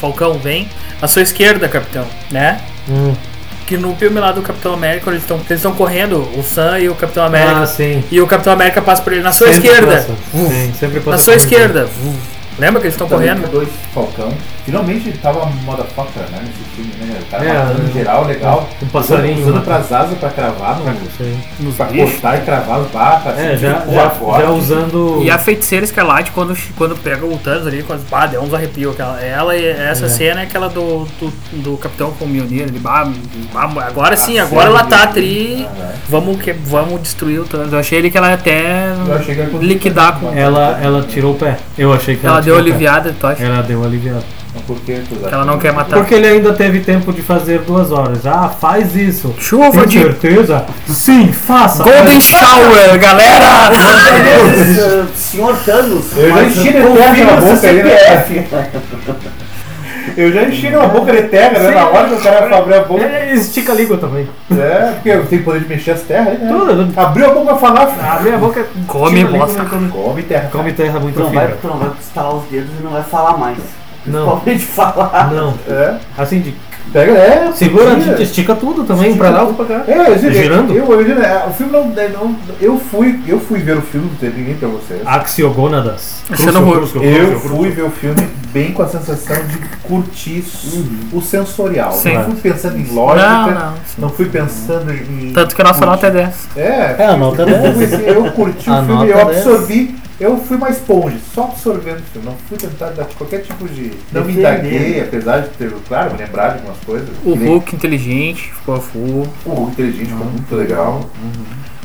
Falcão vem, à sua esquerda, capitão, né? Hum. Que no filme lá do Capitão América, quando eles estão eles estão correndo, o Sam e o Capitão América. Ah, sim. E o Capitão América passa por ele na sua Sempre esquerda. passa. Vuf. Sim, sempre passa na sua por esquerda. Vuf. Lembra que eles estão Tá correndo? Dois Falcão. Finalmente ele tava motherfucker, né? Nesse filme, né? O cara É, matando é. geral, legal. Um passarinho, Usando né? pras asas pra cravar, no, Sim. pra cortar e cravar os barcos. É, já, tipo, já, agora. já usando. E a feiticeira escarlate, quando, quando pega o Thanos ali, com as bah, deu uns arrepios. Aquela, ela, e essa É. cena é aquela do, do, do Capitão com o Mjolnir, ele, bah, bah, agora sim, agora ela tá tri, Aham. vamos, que, vamos destruir o Thanos. Eu achei ele que ela ia até Eu achei que ia acontecer. liquidar com... Ela, ela tirou o pé. Eu achei que ela. Ela deu tirou o pé. aliviada, tu acha? Ela deu aliviada. Mas por que tu usa- Ela não quer matar. Porque ele ainda teve tempo de fazer duas horas. Ah, faz isso. Chuva Tem de certeza? Sim, faça. Golden Shower, galera! Beleza, eh, Senhor Thanos. Eu já mas enchi eu um na confio terra na no seu boca ali, CPF. né? Eu já enchi na boca de terra, né? Na hora que o cara abriu a boca. É, Estica a língua também. É, porque eu tenho poder de mexer as terras, né? Tudo. Abriu a boca pra falar. Abre a Ah, boca. Come estica a bosta. língua, Ah, come- Come terra. Come terra muito Tu não, vai, fibra. tu não vai estalar os dedos e não vai falar mais. Não, Principalmente falar. não. É. Assim de. Pega, é. Segura, tira. estica tudo também, pra lá ou pra cá. É, eu sei, Girando? Eu, eu, eu, o filme não, é, não. Eu fui, eu fui ver o filme, não teve ninguém pra vocês. Ah, Axiogonadas. Luciano Huck. Eu fui ver o filme bem com a sensação de curtir Uhum. o sensorial. Sim. Não fui pensando em lógica, Não, não, não. fui pensando em. Tanto que a nossa nota é 10. É, É, a nota eu, dez. fui assim, eu curti A o filme, nota eu dez. absorvi. Eu fui uma esponja, só absorvendo o filme. Não fui tentar dar qualquer tipo de. Não me indaguei, apesar de ter, claro, me lembrar de algumas coisas. O Hulk Uhum. inteligente, ficou a full. O Hulk inteligente ficou muito legal.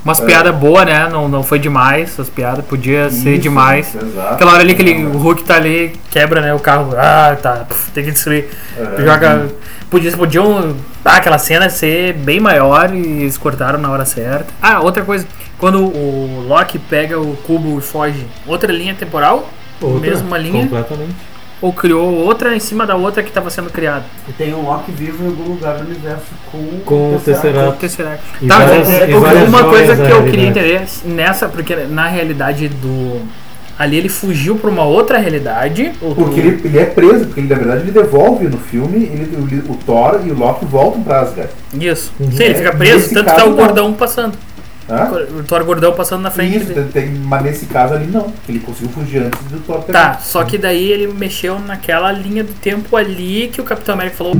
Umas É. piadas boas, né? Não, não foi demais as piadas, podia ser Isso, demais. Exato. Aquela hora ali que ele, o Hulk tá ali, quebra, né? O carro, ah, tá, pf, tem que destruir. É. Joga. Podia, podiam. Ah, aquela cena ser bem maior e eles cortaram na hora certa. Ah, outra coisa, quando o Loki pega o cubo e foge, outra linha temporal? Mesma linha? Tá, Completamente. Ou criou outra em cima da outra que tava sendo criada? E tem um Loki vivo em algum lugar do universo com, Com o O É. Tesseract. Tesseract. E Tá, várias- é, e porque várias uma joias coisa da que eu queria realidade. entender é nessa, porque na realidade do. Ali ele fugiu pra uma outra realidade. ou Porque do- ele, ele é preso, porque ele, na verdade ele devolve no filme, ele, o, o Thor e o Loki voltam pra Asgard. Isso. Uhum. Sim, ele fica É, Nesse preso, tanto que tá caso, o gordão passando. Hã? O Thor gordão passando na frente Isso, dele. tem, tem- mas nesse caso ali não, ele conseguiu fugir antes do Thor pegar. Tá, só que daí ele mexeu naquela linha do tempo ali que o Capitão América falou.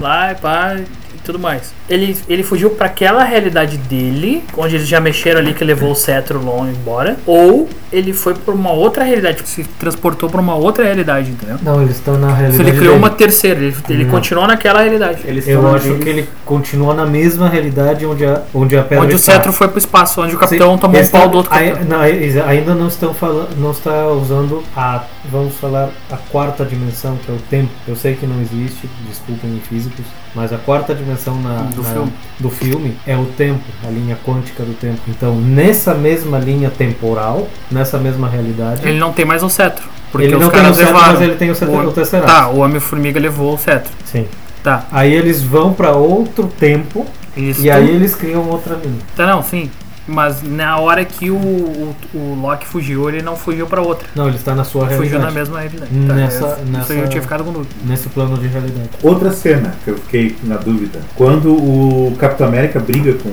Lá e pá e tudo mais. Ele, ele fugiu pra aquela realidade dele, onde eles já mexeram ali que levou o cetro longe embora. Ou ele foi pra uma outra realidade, tipo, se transportou pra uma outra realidade, entendeu? Não, eles estão na realidade. Se ele criou dele. uma terceira, ele, ele Não. continuou naquela realidade. Eles Eu estão acho ali- que ele continua na mesma realidade onde a, onde a pedra Onde o está. cetro foi pro espaço, onde o capitão Sim, tomou eles um pau estão- do outro ai- capitão. não, eles ainda não estão falando, não está usando a, vamos falar, a quarta dimensão, que é o tempo. Eu sei que não existe, desculpem físicos, mas a quarta dimensão na, Do na- filme. do filme é o tempo, a linha quântica do tempo. Então, nessa mesma linha temporal, nessa mesma realidade, Ele não tem mais o cetro. Porque ele os não tem o caras cetro, levaram. mas ele tem o, cetro, O- o Tesseract. Tá, o Homem-Formiga levou o cetro. Sim. Tá. Aí eles vão para outro tempo Isso. e aí eles criam outra linha. Tá, não, sim. Mas na hora que o, o, o Loki fugiu, ele não fugiu pra outra. Não, ele está na sua Fugiu na realidade. mesma realidade. É Nessa- Tá, é, Isso nessa- aí eu tinha ficado com dúvida. Nesse plano de realidade. Outra cena que eu fiquei na dúvida, quando o Capitão América briga com,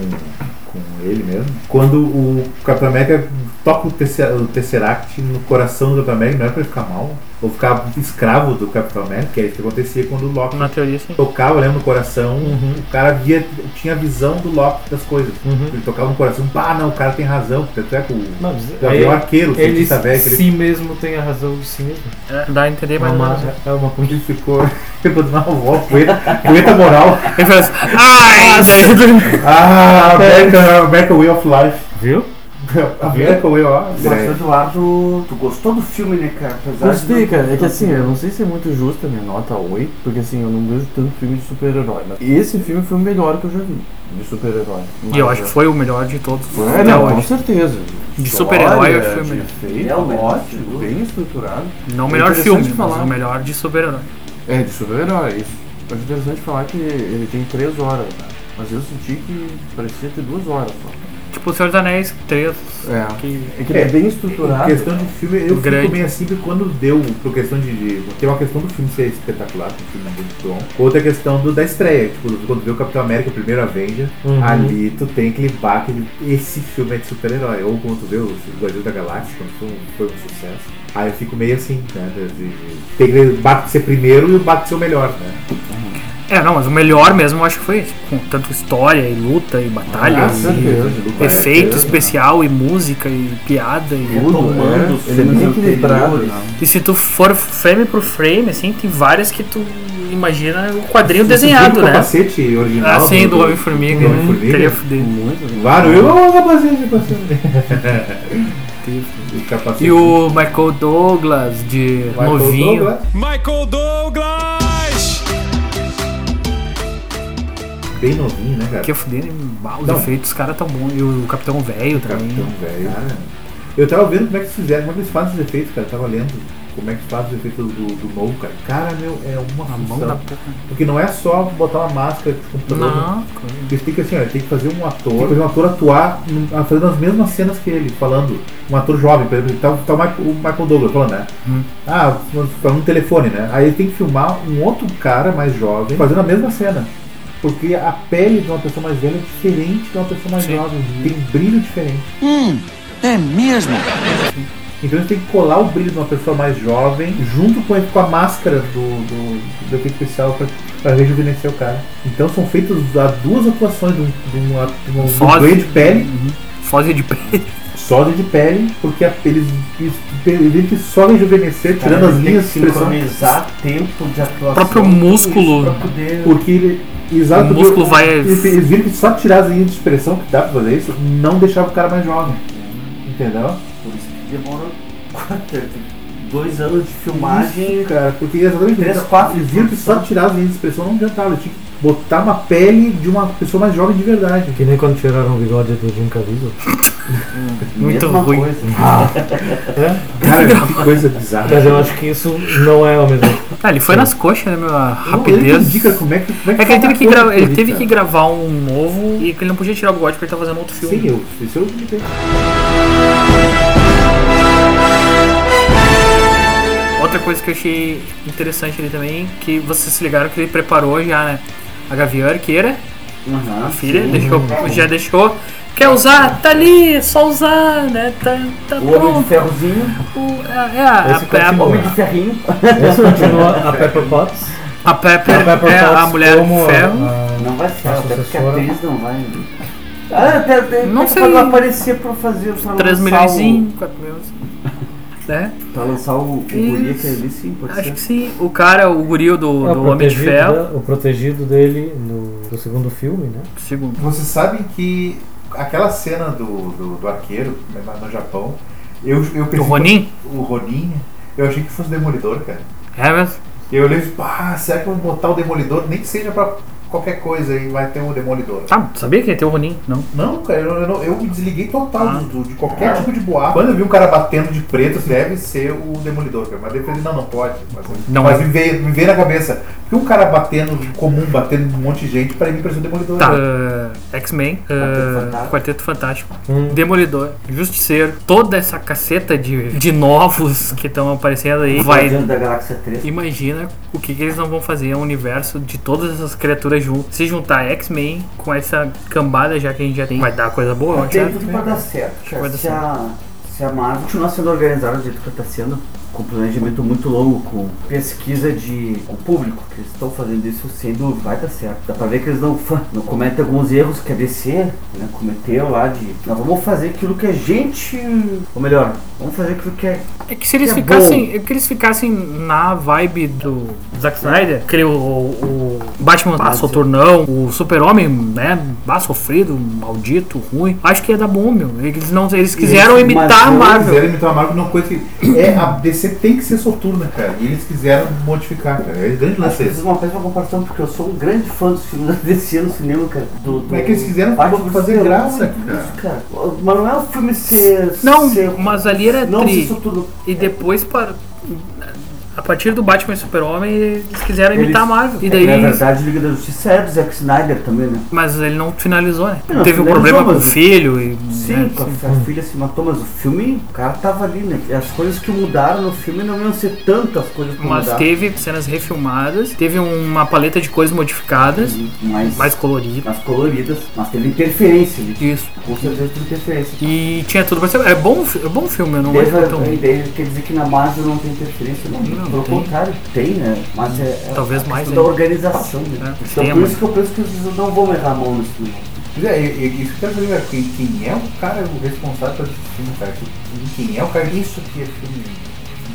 com ele mesmo, quando o Capitão América toca o, tesse- o Tesseract no coração do Capitão América, não é pra ele ficar mal, ou ficar escravo do Capitão América, que é isso que acontecia quando o Loki Na teoria, sim. tocava, lembra, no coração, o cara via, tinha visão do Loki das coisas. Uhum. Ele tocava no coração, pá, não, o cara tem razão, tanto é que o Não, Gabriel Arqueiro, o ele cientista velho, que si mesmo tem a razão de si mesmo. É, dá a entender É mais ou uma, menos. é uma ele ficou, ficou dando uma volta, poeta, poeta moral. Ele fez. Ai! Ah, America, America Way of Life. Viu? America Way of Mas Life. Eduardo, tu gostou do filme, né, cara? Apesar de Gostei, não- cara. É que assim, eu não sei se é muito justo a minha nota 8, porque assim, eu não vejo tanto filme de super-herói. Mas esse filme foi o melhor que eu já vi de super-herói. E eu acho que foi o melhor de todos. É, Até não, hoje. com certeza. De super-herói, eu acho que foi o de melhor. efeito, É o ótimo, bem estruturado. Não o É melhor interessante filme, mas falar. o melhor de super-herói. É, de super-herói, isso. Mas é interessante falar que ele tem 3 horas, né? Mas eu senti que parecia ter 2 horas só. Tipo O Senhor dos Anéis 3. É. Que... É que ele é bem estruturado. Em questão de filme, eu Tá? Grande. fico meio assim que quando deu, por questão de, de- Tem uma questão do filme ser espetacular, que o filme é muito bom. Outra questão do, da estreia, tipo, quando vê o Capitão América, o primeiro Avenger, Uhum. ali tu tem aquele baque de esse filme é de super-herói. Ou quando tu vê o Guardiões da Galáxia, quando foi um, foi um sucesso. Aí eu fico meio assim, né? De, de, de, tem aquele baque de ser primeiro e o baque de ser o melhor, né? É, não, mas o melhor mesmo eu acho que foi esse. Com tanto história e luta e batalha. Ah, e- né? certeza. Efeito especial e música e piada e Retomando os Ele é filmes bem equilibrado, anteriores. né? E se tu for frame por frame, assim, tem várias que tu imagina o quadrinho Assim, desenhado, O né? capacete original. Ah, sim, do do Homem-Formiga. Homem-Formiga. né? Teria fudido. Muito Claro, eu amo o capacete, capacete. O capacete. E o Michael Douglas de Michael novinho. Douglas. Michael Douglas! Bem novinho, né, cara? Que eu fudei, né? Bah, os Não. efeitos dos caras tão bons. E o Capitão Velho também. Capitão velho. Eu tava vendo como é que eles fizeram, como é que eles fazem os efeitos, cara. Eu tava lendo como é que fazem os efeitos do, do novo, cara. Cara, meu, é uma A mão função. da porra. Porque não é só botar uma máscara de computador. né? Não, Eles têm que assim, ó, tem que fazer um ator, tem que fazer um ator atuar num- a- fazendo as mesmas cenas que ele, falando. Um ator jovem, por exemplo, tá, o- tá o Michael- o Michael Douglas falando, né? Hum. Ah, mas falando no telefone, né? Aí ele tem que filmar um outro cara mais jovem fazendo a mesma cena. Porque a pele de uma pessoa mais velha é diferente de uma pessoa mais Sim. jovem. Tem um brilho diferente. É mesmo? Então eles têm que colar o brilho de uma pessoa mais jovem junto com, com a máscara do, do, do efeito especial pra, pra rejuvenescer o cara. Então são feitas a- duas atuações de um, de um, a- de um, de um Sósia. doente de pele, Fose de pele. sódio de pele, porque a, eles, eles, eles têm que só rejuvenescer Cara, tirando as tem linhas que de expressão. sincronizar tempo de atuação. O próprio com isso músculo. pra poder- Porque ele, exato, O músculo porque vai- Eles, eles viram que só tirar as linhas de expressão que dá pra fazer isso, não deixava o cara mais jovem. Entendeu? Por isso que demorou quanto? dois anos de filmagem. Cara, porque exatamente Três, isso. quatro Eles viram que só tirar as linhas de expressão não adiantava. Tinha que botar uma pele de uma pessoa mais jovem de verdade. É Que nem quando tiraram o bigode do Jim Caviezel. Muito mesma ruim. Coisa. Cara, que coisa bizarra. é Mas eu acho que isso não é o mesmo. Ah, ele foi nas coxas, né, meu? A Ele rapidez. indica como é que, como É que ele teve que, faz gra- uma ele coisa teve que política. gravar um novo e que ele não podia tirar o bigode porque ele tava fazendo outro filme. Sim, eu, isso eu entendi. Outra coisa que eu achei interessante ali também, que vocês se ligaram que ele preparou já, né? A Gavião Arqueira, Aham, a filha, sim. deixou, já deixou. Quer usar? Tá ali, só usar, né? Tá, tá O Homem tipo de pronto. Ferrozinho. O- é, é, a, Esse a, continua. Homem de Ferrinho. Essa continua a Pepper Potts. a, a Pepper, A Pepper é a Potts mulher como de a- ferro. a- Não vai ser, até porque a sucessora. atriz não vai. Ah, até, até, Não até sei. Quando aparecer pra fazer. Pra 3 lançar milhões, o, 4 milhões. Né? Pra lançar o, o guri que é ali, sim, pode Acho ser. que sim. O cara, o goril do, É do Homem de protegido Ferro. da- o protegido dele no, do segundo filme, né? Segundo. Vocês sabem que aquela cena do, do, do arqueiro né, lá no Japão, eu, eu pensei. Do Ronin? O Ronin, eu achei que fosse o Demolidor, cara. É mesmo? Eu olhei e falei, pá, será que eu vou botar o Demolidor? Nem que seja pra qualquer coisa e vai ter o Demolidor. Ah, sabia que ia ter o Ronin? Não. Não, cara, eu, eu não- eu me desliguei total Ah. do- de qualquer tipo de boato. Quando eu vi um cara batendo de preto, deve ser o Demolidor, cara. Mas depois não, não pode. Mas, Não mas é. me, veio, me veio na cabeça. Por que um cara batendo de comum, batendo um monte de gente, pra mim parecia o Demolidor? Tá. né? Ah, X-Men, ah, Fantástico. Quarteto Fantástico, Hum. Demolidor, Justiceiro, toda essa caceta de, de novos que estão aparecendo aí. Dentro Vai. da Galáxia 3. Imagina o que, que eles não vão fazer é um universo de todas essas criaturas juntas. Se juntar X-Men com essa cambada já que a gente já tem, vai dar coisa boa, eu acho. Tem né? tudo pra dar certo. que vai cara. dar Se a, se a Marvel continuar sendo organizada do jeito que está sendo, com um planejamento muito longo, com pesquisa de com o público, que eles estão fazendo isso sem dúvida, vai dar certo. Dá pra ver que eles não, fa- não cometem alguns erros que a DC né, cometeu lá de. Nós vamos fazer aquilo que a gente. Ou melhor, vamos fazer aquilo que é. É que se eles É ficassem. É que eles ficassem na vibe do Zack Snyder, que o, o Batman ah, turnão, o Super-Homem, né? Ah, sofrido, maldito, ruim. Acho que ia dar bom, meu. Eles, não, eles quiseram Eles- imitar a mas Eles Marvel. quiseram imitar a Marvel numa coisa que. É, a DC tem que ser soturna, cara. E eles quiseram modificar, cara. É o grande Acho que lance eu fiz esse. uma péssima comparação, porque eu sou um grande fã dos filmes da DC no cinema, cara. Do, do Como é que eles quiseram Batman fazer vs. graça, Superman, cara? isso, cara. Mas não é um filme ser. ser- Não, mas ali era não, tri. isso tudo. E depois para. A partir do Batman e Super-Homem, eles quiseram Eles- imitar a Marvel. E É que, daí. na verdade, Liga da Justiça é do Zack Snyder também, né? Mas ele não finalizou, né? Não, Teve um finalizou, problema com o mas- filho e. Sim, né? com a, a filha se matou, mas o filme, o cara tava ali, né? As coisas que mudaram no filme não iam ser tantas coisas que Mas mudaram. teve cenas refilmadas, teve uma paleta de cores modificadas, Mas, mais colorida. Nas coloridas, mas teve interferência, né? Isso. Com certeza teve interferência. E tinha tudo pra ser. É bom, é bom filme, eu não acho Deve, tão é, ruim. deve- quer dizer que na Marvel não tem interferência, não. então- Não, Pelo tem. contrário, tem, né? Mas é, é Talvez a mais, questão né? da organização, né? É, Então tem, por mas- isso que eu penso que eles não vão errar a mão nesse filme. Pois é, e- e- isso que eu quero saber, cara, quem, quem é o cara o responsável por esse filme, cara? Quem- Quem é o cara? Isso que é filme.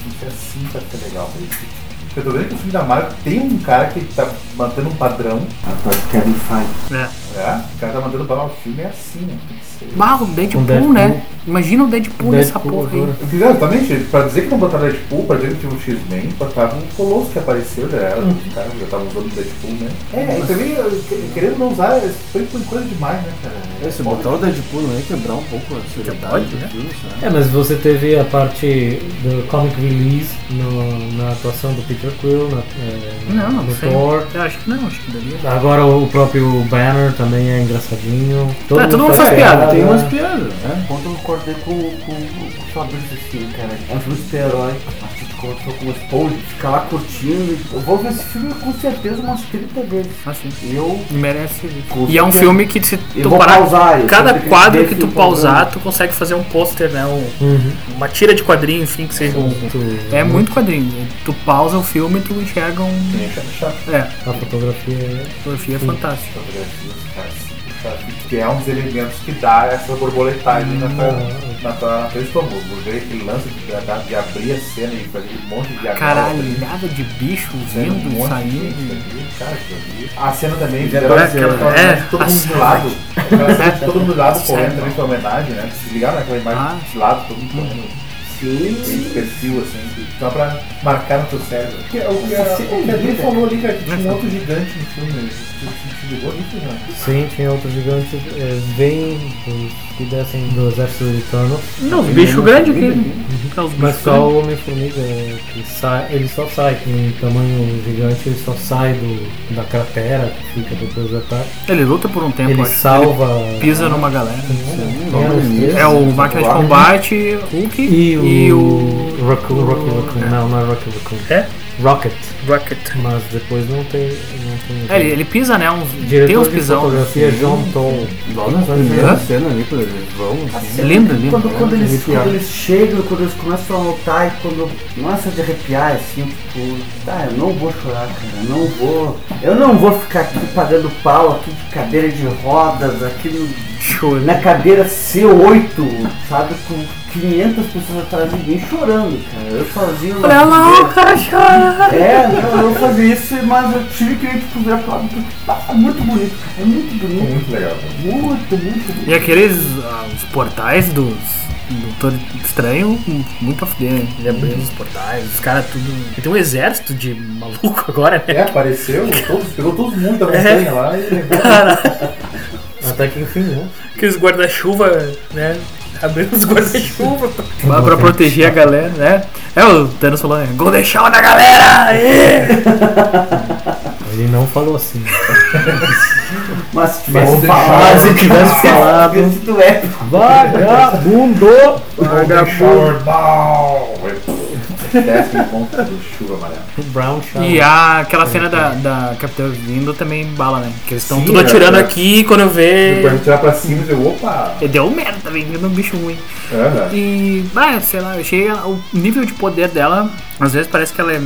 Isso é assim pra ser legal, cara. Eu tô vendo que o filme da Marvel tem um cara que tá mantendo um padrão. Agora Kevin Feige. É. É, o cara tá mandando pra lá o filme, é assim, né? Tem que ser. Bah, o Deadpool, Um Deadpool. né? Imagina o Deadpool, nessa Deadpool porra aí. agora. Fizeram também, gente, pra dizer que não botaram Deadpool, pra dizer que tinha um X-Men, botavam um Colosso que apareceu, já era do cara, já tava usando o Deadpool, né? É, e também, eu, que- querendo não usar, é, foi por coisa demais, né, cara? É, se botar o Deadpool não ia quebrar um pouco a seriedade pode, do né? filme, será? É, mas você teve a parte do comic release no- na atuação do Peter Quill, na, é, Não, não no sei. Thor. Eu acho que não, acho que daria. Agora o próprio Banner também é engraçadinho. Ah, todo mundo faz piada, Tem umas piadas, né? Ontem eu acordei com, com, com o Fabrício assim, cara. É um filme de super-herói. Mas tipo, começou com uma esponja, ficar lá curtindo. Eu vou ver esse filme com certeza umas 30 vezes. Assim, Eu. merece. com E é um certeza, filme que se Eu tu vou parar. pausar. eu Cada tenho quadro ver que esse tu programa. pausar, tu consegue fazer um pôster, né? um- Uhum. Uma tira de quadrinho, enfim, que seja. um- É muito quadrinho. Tu pausa o filme e tu enxerga um. É, A fotografia é a fotografia é fantástica. assim, Que é um dos elementos que dá essa borboletagem na tua, na tua, na tua estômago. Ver aquele lance de, de- de abrir a cena e fazer aquele monte de anel, né? Caralhada de bicho Sendo um vindo, monte de saindo. gente ali, cara, aquilo ali. A cena também, aquela- aquela- é, todo a mundo de cena. lado. Aquela cena de todo mundo de lado Sério. correndo também foi homenagem, né? Se ligaram naquela imagem Ah. de lado, todo mundo correndo. Sim. De perfil, assim, só pra marcar no teu cérebro. Porque o que a- o que a Adri falou ali, cara, que tinha é um outro gigante no filme. Te ligou nisso, né? Sim, tinha outro gigante é, bem dos que descem do exército do Eternal, Não, os bichos grandes aqui. né? Uhum. É Os mas bichos só o Homem-Formiga é, que sai, ele só sai com um tamanho gigante, ele só sai do, da cratera que fica depois do ataque. Ele luta por um tempo, Ele acho. salva Ele pisa numa galera. é, os três. É o Máquina de Combate, Hulk e o, e o Rock, Rock, Raccoon. não, não é Rock Raccoon. É? Rocket, Rocket. mas depois não tem. Não tem É, ele, ele pisa, né? Uns, tem né? Diretor uns de pisão. fotografia John Toll. Igual nas primeiras cenas ali, quando eles vão, É assim. lindo, lindo. Quando, quando, É, eles, arrepiar. quando eles chegam, quando eles começam a lutar e quando. Nossa, de arrepiar assim, tipo, tá, eu não vou chorar, cara, eu não vou. Eu não vou ficar aqui pagando pau, aqui de cadeira de rodas, aqui no- Show, né? na cadeira C8, sabe, com 500 pessoas atrás de mim chorando, cara. Eu sozinho. Olha lá, o é cara chora. É, não, eu fazia isso, mas eu tive que tipo, virar pro lado porque tá muito bonito, cara. É muito bonito, Muito legal. né? cara. muito, muito bonito. E aqueles ah, os portais dos Doutor Estranho, muito a fuder, né? Ele abriu os portais, os caras tudo. Ele tem um exército de maluco agora, né? É, apareceu, todos, pegou todos muito da É. montanha lá e levou. Até que enfim, né? Aqueles guarda-chuva, né? Abriu os guarda-chuva pra- pra, pra proteger a galera, né? É, o Thanos falou, né? Gol de chão da galera! Aê! Ele não falou assim. Mas se Mas tivesse se Ah, falado, é se tivesse falado- tivesse sido épico. Vagabundo! Shower Ball! Décimo ponto do chuva amarelo. Brown Shadow. E a, aquela cena da, da Capitã vindo também bala, né? Que eles estão Sim, tudo atirando é. aqui quando eu Depois vejo. ele tirar pra cima e dizer, opa! Deu merda também, vindo um bicho ruim. Aham. E, ah, sei lá, eu achei o nível de poder dela, às vezes parece que ela é,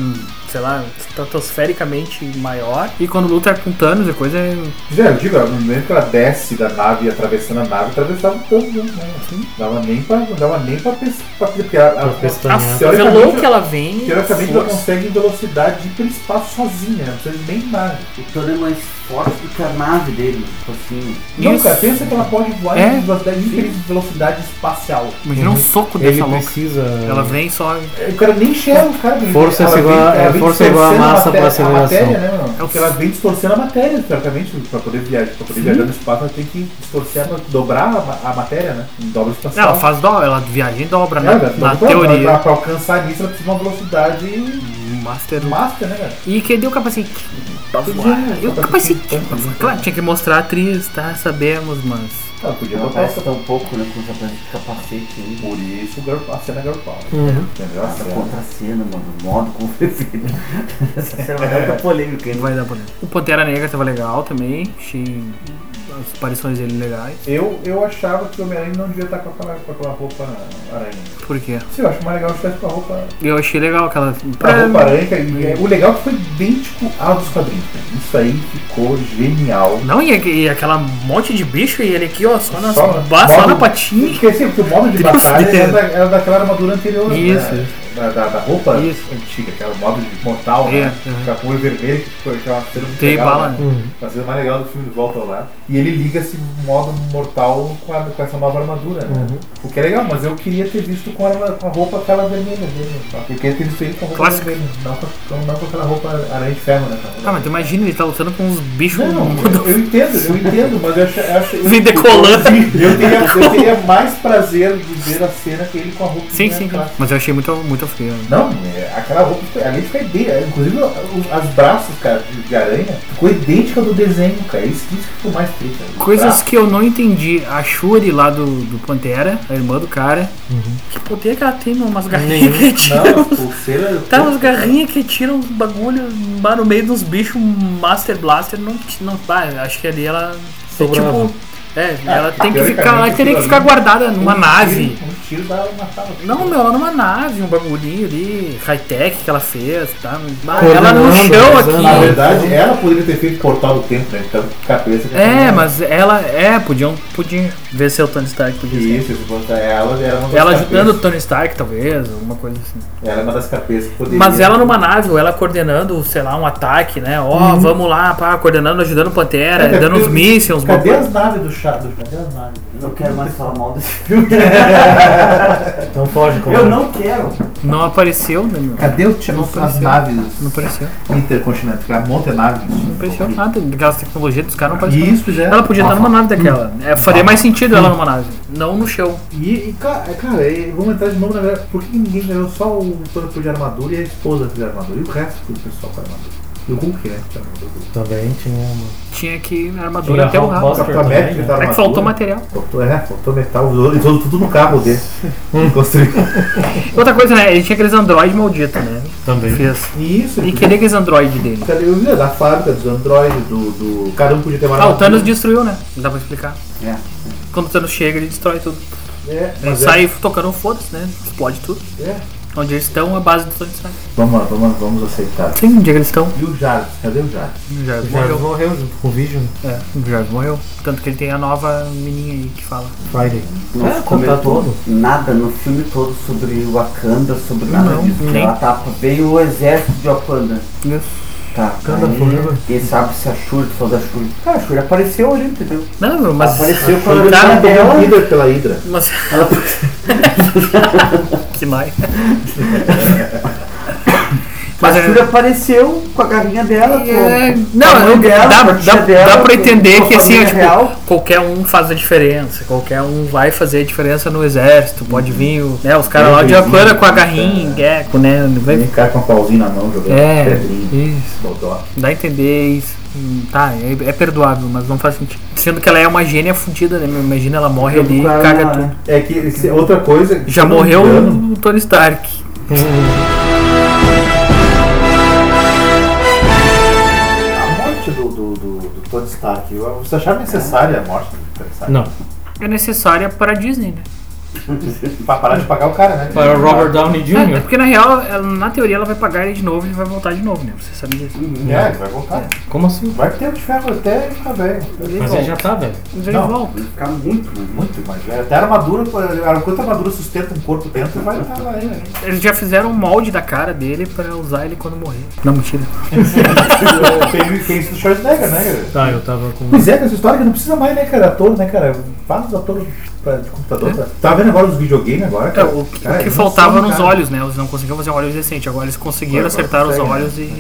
sei lá, estratosfericamente maior. E quando luta com Thanos, a coisa é. Já, eu digo, no momento que ela desce da nave, atravessando a nave, atravessava o tanto, né? Assim, dava nem pra. Não dava nem pra pescar. Porque a, a, Pra A pestanhar. velou que ela vem. Teoricamente ela força. consegue velocidade de ir pelo espaço sozinha, não precisa de nem nave. O Thor é mais forte do que a nave dele, tipo assim. Não, Isso. cara, pensa que ela pode voar É. em velocidade, infeliz- velocidade espacial. Imagina um soco dessa Ele louca. precisa. Ela vem só. O cara nem enxerga o cara. Força ela é igual- é, força é igual a distorcendo massa maté- pra A aceleração. matéria, né, mano? É o Porque ela vem distorcendo a matéria, teoricamente, pra poder viajar, pra poder viajar no espaço, ela tem que distorcer, a ma- dobrar a, ma- a matéria, né? Em dobra espacial. Ela faz dobra, ela viaja em dobra, É, né? velho, Na tô falando, teoria. Pra, pra alcançar isso, ela precisa de uma velocidade Master. Tá master, né, cara? E que deu assim, o capacete? E o capacete? assim, tipo Claro, tinha que mostrar a atriz, tá? Sabemos, mas. Ela Tá, podia Não botar parece essa. tão pouco, né? Com os aparelhos de capacete né, É. aí. Por isso girl- a cena Girl Power. Uhum. Entendeu? Essa contra-cena, mano. O modo como foi feito. Essa cena vai dar muita polêmica ainda. É. Vai dar problema. O Pantera Negra tava legal também. Achei as aparições dele legais. Eu, eu achava que o Homem-Aranha não devia estar com aquela, com aquela roupa aranha. Por quê? Sim, eu acho mais legal se estivesse com a roupa Eu achei legal aquela. Pra Ah, roupa aranha, cara, e, é, o legal é que foi idêntico ao dos quadrinhos. cara. Isso aí ficou genial. Não, e, e aquela monte de bicho e ele aqui, ó, Ah, só na, Só- só, só na modo- patinha. Esqueci, porque o modo de Deus batalha Deus. era, da- era daquela armadura anterior. Isso. né? da, da- da roupa Isso. antiga, aquela moda de mortal, É, né? aham. Aquela cor vermelha que ficou aquela cena muito Tem legal, bala, né? né? Hum. A cena mais legal do filme de Volta lá. E ele liga esse modo mortal com, a- com essa nova armadura, né? Uhum. O que é legal, mas eu queria ter visto com a, arma- com a roupa aquela vermelha dele. tá? Eu queria ter visto ele com a roupa Clássica. vermelha. Não com, não com aquela roupa aranha de ferro, né? cara? Ah, mas tu imagina, ele tá lutando com uns bichos. Não, eu, eu entendo, eu entendo, mas eu acho. Eu acho eu, Vem decolando. Eu teria, eu teria mais prazer de ver a cena que ele com a roupa Sim, né, sim, clássica. mas eu achei muito, muito feio. Não, é, aquela roupa, ali fica idêntica. Inclusive, o- as braços, cara, de, de aranha, ficou idêntica do desenho, cara. é Isso, isso que ficou mais triste. cara. Os Coisas braços. que eu não entendi. A Shuri lá do, do Pantera, a irmã do cara. Uhum. Que poder que ela tem, mano? Umas garrinhas que tiram. Não, as pulseiras. Tá, umas garrinhas que tiram os bagulho lá no meio dos bichos, um Master Blaster. Não, não pá, acho que ali ela. É Sobrava. tipo. É, Ah, ela tem que teoricamente, ficar. Ela teria que aquilo ficar ali- guardada numa um nave. Tiro, um tiro dá uma matava. Não, meu, ela numa nave, um bagulhinho ali, high-tech que ela fez, tá? Mas Coordenando, né? Ela no chão usando. Na Não, aqui. verdade, ela poderia ter feito portal do tempo, né? Então, cabeça. É, mas ela. É, podiam. Podiam ver se é o Tony Stark podia ser. Isso, isso, botar ela, era uma das Ela cabeças- ajudando o Tony Stark, talvez, alguma coisa assim. Ela é uma das cabeças que poderia. Mas ela numa nave, ou ela coordenando, sei lá, um ataque, né? Ó, Uhum. vamos lá, pá, coordenando, ajudando o Pantera, Cadê- dando uns mísseis, uns É, Cadê bagulho. as naves do Shadow? Cadê as naves? Não quero mais falar mal desse filme. Então foge com Eu não quero. Não apareceu, Daniel. Cadê o Shadow? As apareceu. naves Não apareceu. intercontinentais, aquela monta nave. Não apareceu nada. Daquelas tecnologias dos caras não apareceu. Isso já. Ela podia estar numa nave daquela. Hum. É, faria mais sentido ela numa nave. Não no chão. E, e, ca- é, cara, é, vamos entrar de novo na verdade. Por que ninguém ganhou só o corpo de armadura e a esposa de armadura? E o resto do pessoal com armadura? E o Hulk, né? que tá armadura. Também tinha uma. Tinha que armadura Tinha até um o Hulk rabo. Buster Capitão também, América tá né? É que armadura. faltou material. Faltou, é, faltou metal. Usou, usou tudo no carro dele. Construiu. Outra coisa, né? Ele tinha aqueles androides malditos, né? Também. Fez. E isso, né? podia- E queria aqueles androides dele. Cadê o vídeo da fábrica, dos androides, do, do. Cada um podia ter uma Ah, o armadura. Thanos destruiu, né? Não dá pra explicar. É. Quando o Thanos chega, ele destrói tudo. É, Ele mas é- sai tocando um foda-se, né? Explode tudo. É. Onde eles estão, a base do Tony Stark. Vamos lá, vamos, vamos aceitar. Tem um dia que eles estão. E o Jarvis? Cadê o Jarvis? O Jarvis Já morreu. morreu junto com o Vision É, o Jarvis morreu. Tanto que ele tem a nova menininha aí que fala. Friday. Não É, se contar comentou tudo. nada no filme todo sobre Wakanda, sobre nada Não, disso. nem- Ela tá, veio o exército de Wakanda. Tá. Wakanda aí, forever. Quem sabe se a Shuri, tu falou da Shuri. Cara, a Shuri apareceu ali, entendeu? Não, meu, mas. Apareceu Ah, quando tá, ele tava- Pela Ela- Hydra, pela Hydra. Mas. que mais? Mas a é- Shuri apareceu com a garrinha dela. com- É, com a não, mãe eu- dela, dá, com a tia dá, dela, dá pra entender com a que assim, família é, tipo, real. qualquer um faz a diferença, qualquer um vai fazer a diferença no exército, pode vir o- né, os caras lá de Bebezinho, Aquara com a tá. garrinha, gecko, né? não vai- Ele cai com um pauzinho na mão jogando É, pedrinha. isso. Bodó. Dá a entender isso. Hum, Tá, é, é perdoável, mas não faz sentido. Sendo que ela é uma gênia fudida, né? Imagina ela morre ali e Com a caga Ana, tudo. né? É que se- outra coisa. Já se não me morreu um. engano, o Tony Stark. A morte do, do, do, do Tony Stark. Você achava necessária a morte do Tony Stark? Não. É necessária para a Disney, né? Pra parar de pagar o cara, né? Para o Robert Downey É, é Jr. porque na real, ela- na teoria, ela vai pagar ele de novo e vai voltar de novo, né? Você sabe disso. É, ele vai voltar. Como assim? Vai ter o de ferro até ele ficar velho. Mas ele já tá, velho. Mas ele Não. volta. Ficar muito, né, Muito mais velho. Até a armadura, a- enquanto a armadura sustenta um corpo dentro, vai estar lá ele. né? Eles já fizeram um molde da cara dele pra usar ele quando morrer. Não, mentira. Tem, tem isso do Schwarzenegger, né? Tá, eu tava com. Pois é, com essa história que não precisa mais, né, cara? Ator, né, cara? Vários atores pra- de computador. Tá Tava vendo agora os videogames agora, É, cara? o que, Cara, o que eles faltava são, nos cara. olhos, né? Eles não conseguiam fazer um olho decente. Agora eles conseguiram Agora acertar os consegue, né? olhos e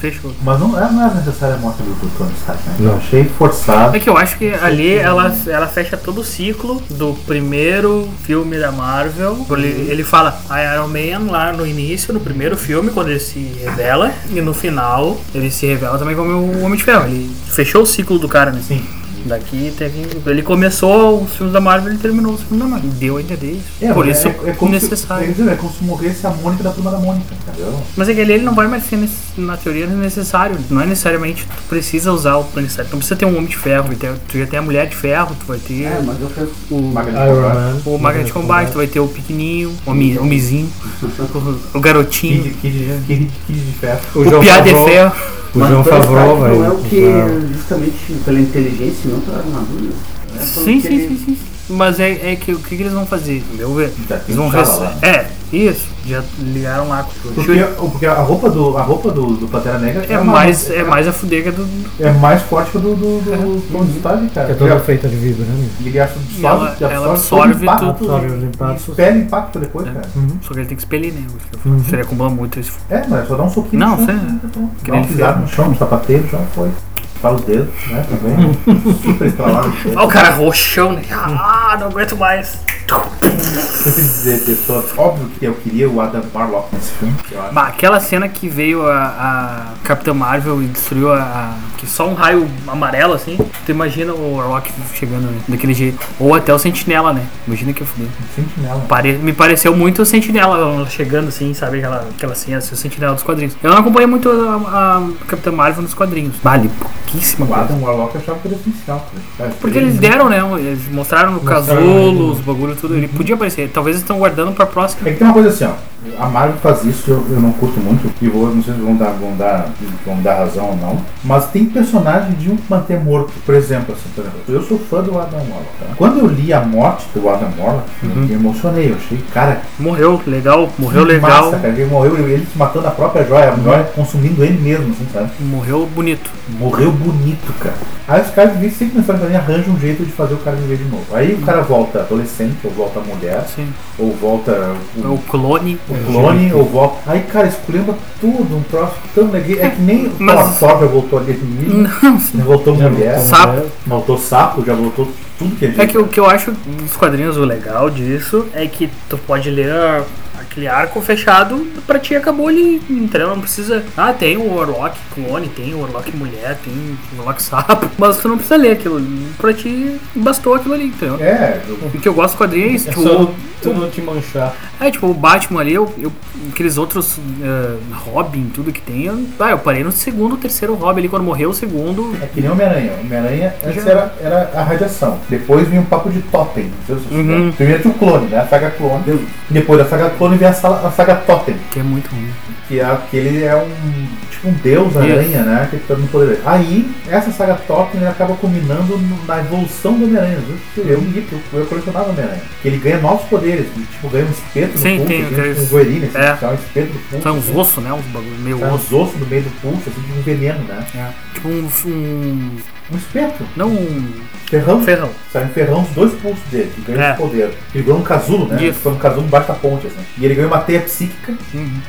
fechou. Mas não, não é necessária a morte do do Tony Stark, né? Não. Achei forçado. É que eu acho que ali ela, ela fecha todo o ciclo do primeiro filme da Marvel. Ele, ele fala a Iron Man lá no início, no primeiro filme, quando ele se revela. E no final, ele se revela também como o Homem de Ferro. Ele fechou o ciclo do cara, né? Sim. Daqui teve. Ele começou os filmes da Marvel e ele terminou os filmes da Marvel. Deu a entender isso. Por mas isso é, como se- necessário. é, é como se morresse a Mônica da turma da Mônica, entendeu? Mas é que ele, ele não vai mais ser, nesse- na teoria, necessário. Não é necessariamente tu precisa usar o Tony Stark. Não precisa ter um homem de ferro. vai ter- Tu já tem a mulher de ferro, tu vai ter É, mas eu penso. o, Magna de Iron Combate. Man. o Magna de Combate, tu vai ter o pequenininho, o homi- homizinho, o, o garotinho, Kid, kid, kid, kid de ferro. O o é João É, piá de Favreau. ferro. O João Mas pelo Favreau, fato velho. Não é o que, Não. justamente pela inteligência, não pela armadura. né? Pelo Sim, que sim, ele- sim, sim. Mas é, é que o que, que eles vão fazer? no Meu ver. Já tem Eles vão que falar rece- lá. É, isso. Já ligaram lá com o Porque, porque a roupa do, a roupa do, do Pantera Negra É uma- mais, é mais a fudega do. do- é mais forte que a do, do, do, do Tony Stark, cara. Que é toda feita de vidro, né? Ele absorve, Ela- absorve, ela todo o absorve impacto, tudo. É. Absorve os impactos. Espera impacto depois, cara. Só que ele tem que expelir, né? Isso que eu falo. Uhum. Se ele acumula muito isso. É, mas é só dá um soquinho Não, no cê- chão. né? que Dá nem um pisado no chão, no sapateiro, já foi. Fala os dedos, né? Também. Super estralado. os dedos. Olha o cara roxão, né? Ah, não aguento mais. Eu quis dizer, pessoal, óbvio que eu queria o Adam Barlock nesse filme. Eu acho. Bah, aquela cena que veio a, a Capitã Marvel e destruiu a, a- que só um raio amarelo assim. Tu imagina o Rock chegando né, daquele jeito. Ou até o Sentinela, né? Imagina que eu fudei. Sentinela. Pare- me pareceu muito o Sentinela ela chegando assim, sabe? Aquela, aquela cena, assim, o Sentinela dos quadrinhos. Eu não acompanhei muito a, a Capitã Marvel nos quadrinhos. Vale, pouquíssima O coisa. Adam Warlock eu achava que era essencial. cara. Porque eles deram, né? Eles mostraram no Mostraram, casulo, os bagulho tudo. Ele podia aparecer. Talvez eles estão guardando pra próxima. É que tem uma coisa assim, ó. A Marvel faz isso, eu, eu não curto muito, e vou, não sei se vão dar, vão, dar, vão dar razão ou não, mas tem personagem de um manter morto, por exemplo, assim, por exemplo, eu sou fã do Adam Warlock, tá? Quando eu li a morte do Adam Warlock, eu Uhum. me emocionei, eu achei, cara, Morreu, legal. Morreu que legal. Uhum. massa, cara, ele morreu, ele- ele se matando a própria joia, a joia consumindo ele mesmo, assim, sabe? Morreu bonito. Morreu bonito, cara. Aí os caras vêm sempre nessa mim arranjam um jeito de fazer o cara viver de novo. Aí o cara volta adolescente, ou volta mulher, Sim. ou volta É o clone. o clone ou volta. Aí, cara, esculhamba tudo, um próximo tão legal. É que nem o Mas- Palastóvia voltou ali já voltou mulher, é. Sapo. voltou sapo, já voltou tudo que a gente. É que o que eu acho dos quadrinhos o legal disso é que tu pode ler ah, aquele arco fechado, pra ti acabou ali, entendeu? Não precisa. Ah, tem o Warlock clone, tem o Warlock mulher, tem o Warlock sapo, mas tu não precisa ler aquilo. Pra ti bastou aquilo ali, entendeu? É, O que eu gosto do quadrinho é isso, É tipo, só tu não te manchar. É, tipo, o Batman ali, eu, eu- aqueles outros eh, Robin, tudo que tem, eu, ah, eu parei no segundo, terceiro Robin ali, quando morreu o segundo. é que nem o Homem-Aranha. O Homem-Aranha antes Já. era, era a radiação. Depois vinha um papo de totem. não sei se vocês Uhum. lembram. Primeiro tinha o clone, né? A saga clone. Depois da saga clone vem a, sala- a saga totem. Que é muito ruim. Que, é, que ele é um tipo um deus aranha, né? Que todo mundo poderoso. Aí, essa saga Totem acaba culminando no- na evolução do Homem-Aranha. viu? Eu, li, eu, eu colecionava o Homem-Aranha. Que ele ganha novos poderes, ele, tipo, ganha um espeto Sim, do pulso, tem assim, aqueles- um joelhinho, assim, é. que dá um espeto do pulso. São uns ossos, né? Uns bagulho meio Tá osso. uns ossos no meio do pulso, assim, de um veneno, né? É. Tipo um, um- Um espeto, Não um ferrão. ferrão. Sai um ferrão os dois pulsos dele, que ganha É. esse poder. Ele ganha um casulo, né? Ele Isso. Uhum. Foi um casulo embaixo da ponte, assim. E ele ganha uma teia psíquica,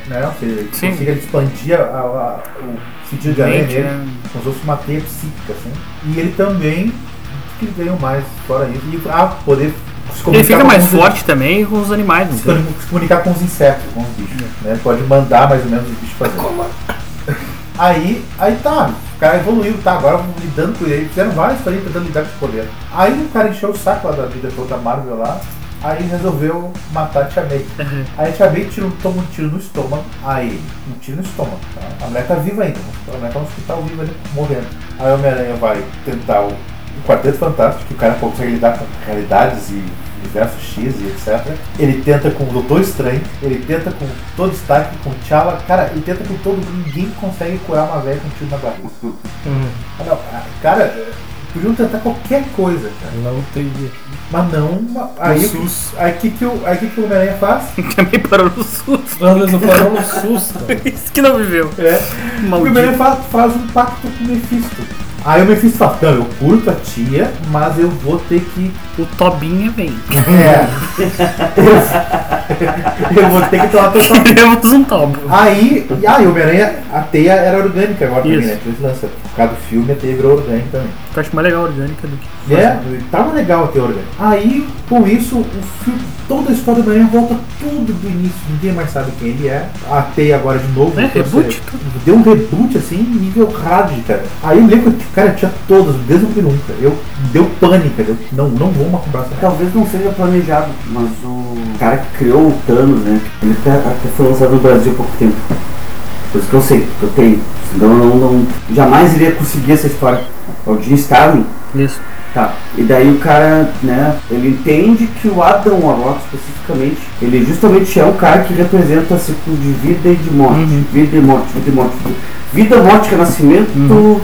né? Ou seja, ele Sim. consegue ele expandir a- a- o sentido de aranha Mente, dele. né? como se fosse uma teia psíquica, assim. E ele também, o que ele ganhou mais fora isso, e ah, poder se comunicar Ele fica com mais os- forte também com os animais, não se sei. comu- se comunicar com os insetos, com os bichos, né? Pode mandar mais ou menos os bichos fazer. Aí, aí tá, o cara evoluiu, tá, agora lidando com ele, fizeram várias histórias tentando lidar com esse poder. Aí o cara encheu o saco lá da vida toda Marvel lá, aí resolveu matar a Tia May. Aí a Tia May tira, um- toma um tiro no estômago, aí, um tiro no estômago, tá? A mulher tá viva ainda, a mulher tá no hospital viva ali, morrendo. Aí o Homem-Aranha vai tentar o, o Quarteto Fantástico, que o cara consegue lidar com realidades e universo X e etc. Ele tenta com o Doutor Estranho, ele tenta com todo Stark, com o T'Challa, cara, ele tenta com todo mundo, ninguém consegue curar uma velha com um tiro na barriga. Ah, não, ah, cara, podiam tentar qualquer coisa, cara. Não tem jeito. Mas não uma. Aí o aí que, que o, aí que, que o Homem-Aranha faz? Também parou no SUS. Anderson falou no susto. Isso que não viveu. É. O primeiro Maldito. faz, faz um pacto com o Mephisto. Aí o Mephisto fala, não, eu curto a tia, mas eu vou ter que. O Tobinha vem. É. eu, eu vou ter que tomar teu papel. Queremos um Tobo. Aí, e aí, o Homem-Aranha, a teia era orgânica agora também, Isso. né? Eles lançam. Por causa do filme, a teia virou orgânica também. Eu acho mais legal a orgânica do que. É, tava legal a teia orgânica. Aí, com isso, o filme, toda a história do Homem-Aranha volta tudo do início. Ninguém mais sabe quem ele é. A teia agora de novo. É, então, reboot, você- Deu um reboot, assim, nível hard, cara. Aí eu lembro que, cara, tinha todas, desde o primeiro, cara. Eu, deu pânico, cara. Eu, não, não vou mais comprar essa Talvez não seja planejado, mas o cara que criou o Thanos, né? Ele até, até foi lançado no Brasil há pouco tempo. Por isso que eu sei, que eu tenho. Senão eu não, não- jamais iria conseguir essa história. É o Jim Starlin. Isso. Tá. E daí o cara, né? Ele entende que o Adam Warlock especificamente, ele justamente é o cara que representa ciclo de vida e de morte. Vida e morte, vida e morte. Vida, morte, renascimento,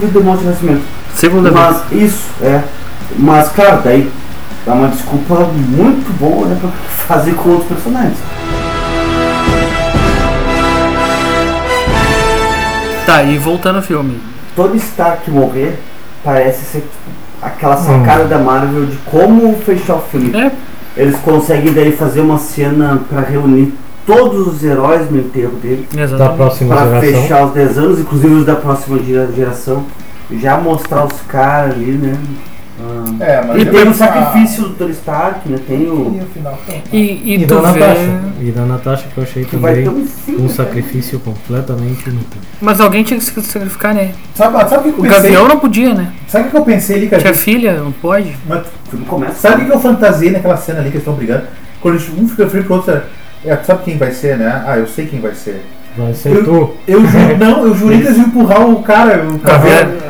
vida, morte, renascimento. Segunda vez. Mas isso, é. Mas, claro, daí dá uma desculpa muito boa né, pra fazer com outros personagens. Tá, e voltando ao filme. Tony Stark morrer parece ser tipo, aquela sacada da Marvel de como fechar o filme. É, Eles conseguem daí fazer uma cena pra reunir todos os heróis no enterro dele. da exatamente. próxima Pra geração. fechar os 10 anos, inclusive os da próxima gera- geração. Já mostrar os caras ali, né? Ah, É, mas E eu- tem ah, o sacrifício do Tony Stark, né? Tem E o. o final foi. E, e, E tu da vê. Natasha. E da Natasha que eu achei Que vai também ter um filho. um sacrifício completamente inútil. Mas alguém tinha que se sacrificar, né? Sabe, sabe o que O eu pensei? Gavião não podia, né? Sabe o que eu pensei ali, cara? Tinha filha, não pode. Mas O filme começa. Sabe o que eu fantasiei naquela cena ali que eles estão brigando? Quando eles- um fica frente pro outro, é, sabe quem vai ser, né? Ah, eu sei quem vai ser. Vai ser tu. Eu juro, não, eu jurei que eles iam empurrar o cara, o cara. Gavião.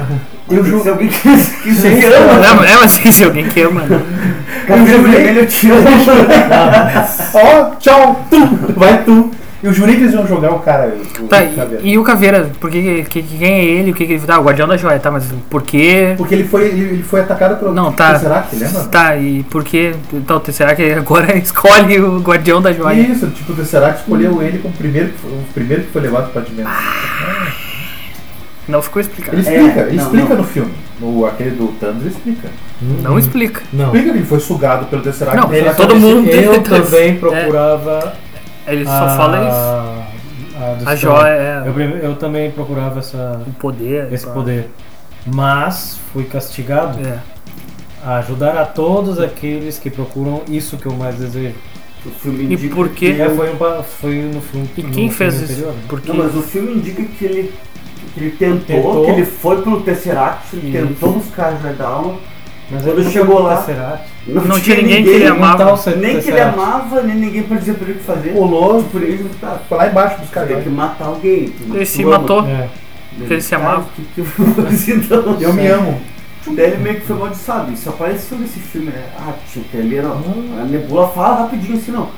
Eu Tem que juro. ser alguém que, que se Não, ama. mas- é, mas tem que ser alguém que ama, né? Eu jurei, é Ele te ama. ó, tchau, tu, vai tu. Eu jurei que eles iam jogar o cara. o- o Tá, Xavier. e, e o Caveira, por que, que- que- quem é ele? O que, que ele. Tá, o Guardião da Joia, tá, mas por quê? Porque ele foi, ele, ele foi atacado pelo. Não, tá. Será que é, lembra? Tá, e por que. Então, será que agora escolhe o Guardião da Joia? Isso, tipo, o Tesseract escolheu ele como o primeiro, que foi- o primeiro que foi levado pra Ah, dimensão. Não ficou explicado. Ele explica, ele não, explica não. no filme. No, aquele do Thanos, ele explica. Não explica. Não. Explica que ele foi sugado pelo Tesseract. Não, o ele é Tesseract- todo mundo- É. Eu também procurava Ele só a- fala A, isso. do A Stan. joia Tá. é Eu, prime- eu também procurava essa, o poder. esse pá. poder. Mas fui castigado É. a ajudar a todos aqueles que procuram isso que eu mais desejo. O filme E indica por E que. é, foi, um pa- foi no filme. E no quem filme fez isso? anterior, né? Por quê? Não, mas o filme indica que ele, que ele tentou, Tentou. que ele foi pelo Tesseract, ele Isso. tentou buscar a Joia da Alma. Mas Quando ele não chegou foi lá- Tesseract. Não tinha ninguém que ele Ele não amava. tá o ser- Nem que ele Tesseract. amava, nem ninguém pra dizer pra ele o que fazer. Pulou, Por isso, tá, foi lá embaixo dos tem caras. que matar alguém. Ele se Vamos. matou, É. porque ele se amava. Que, que eu fiz, então. Eu me amo. Daí ele meio que foi maldiçado. Isso apareceu nesse filme, né? Ah, tio, que ali era. A nebula fala rapidinho assim, não.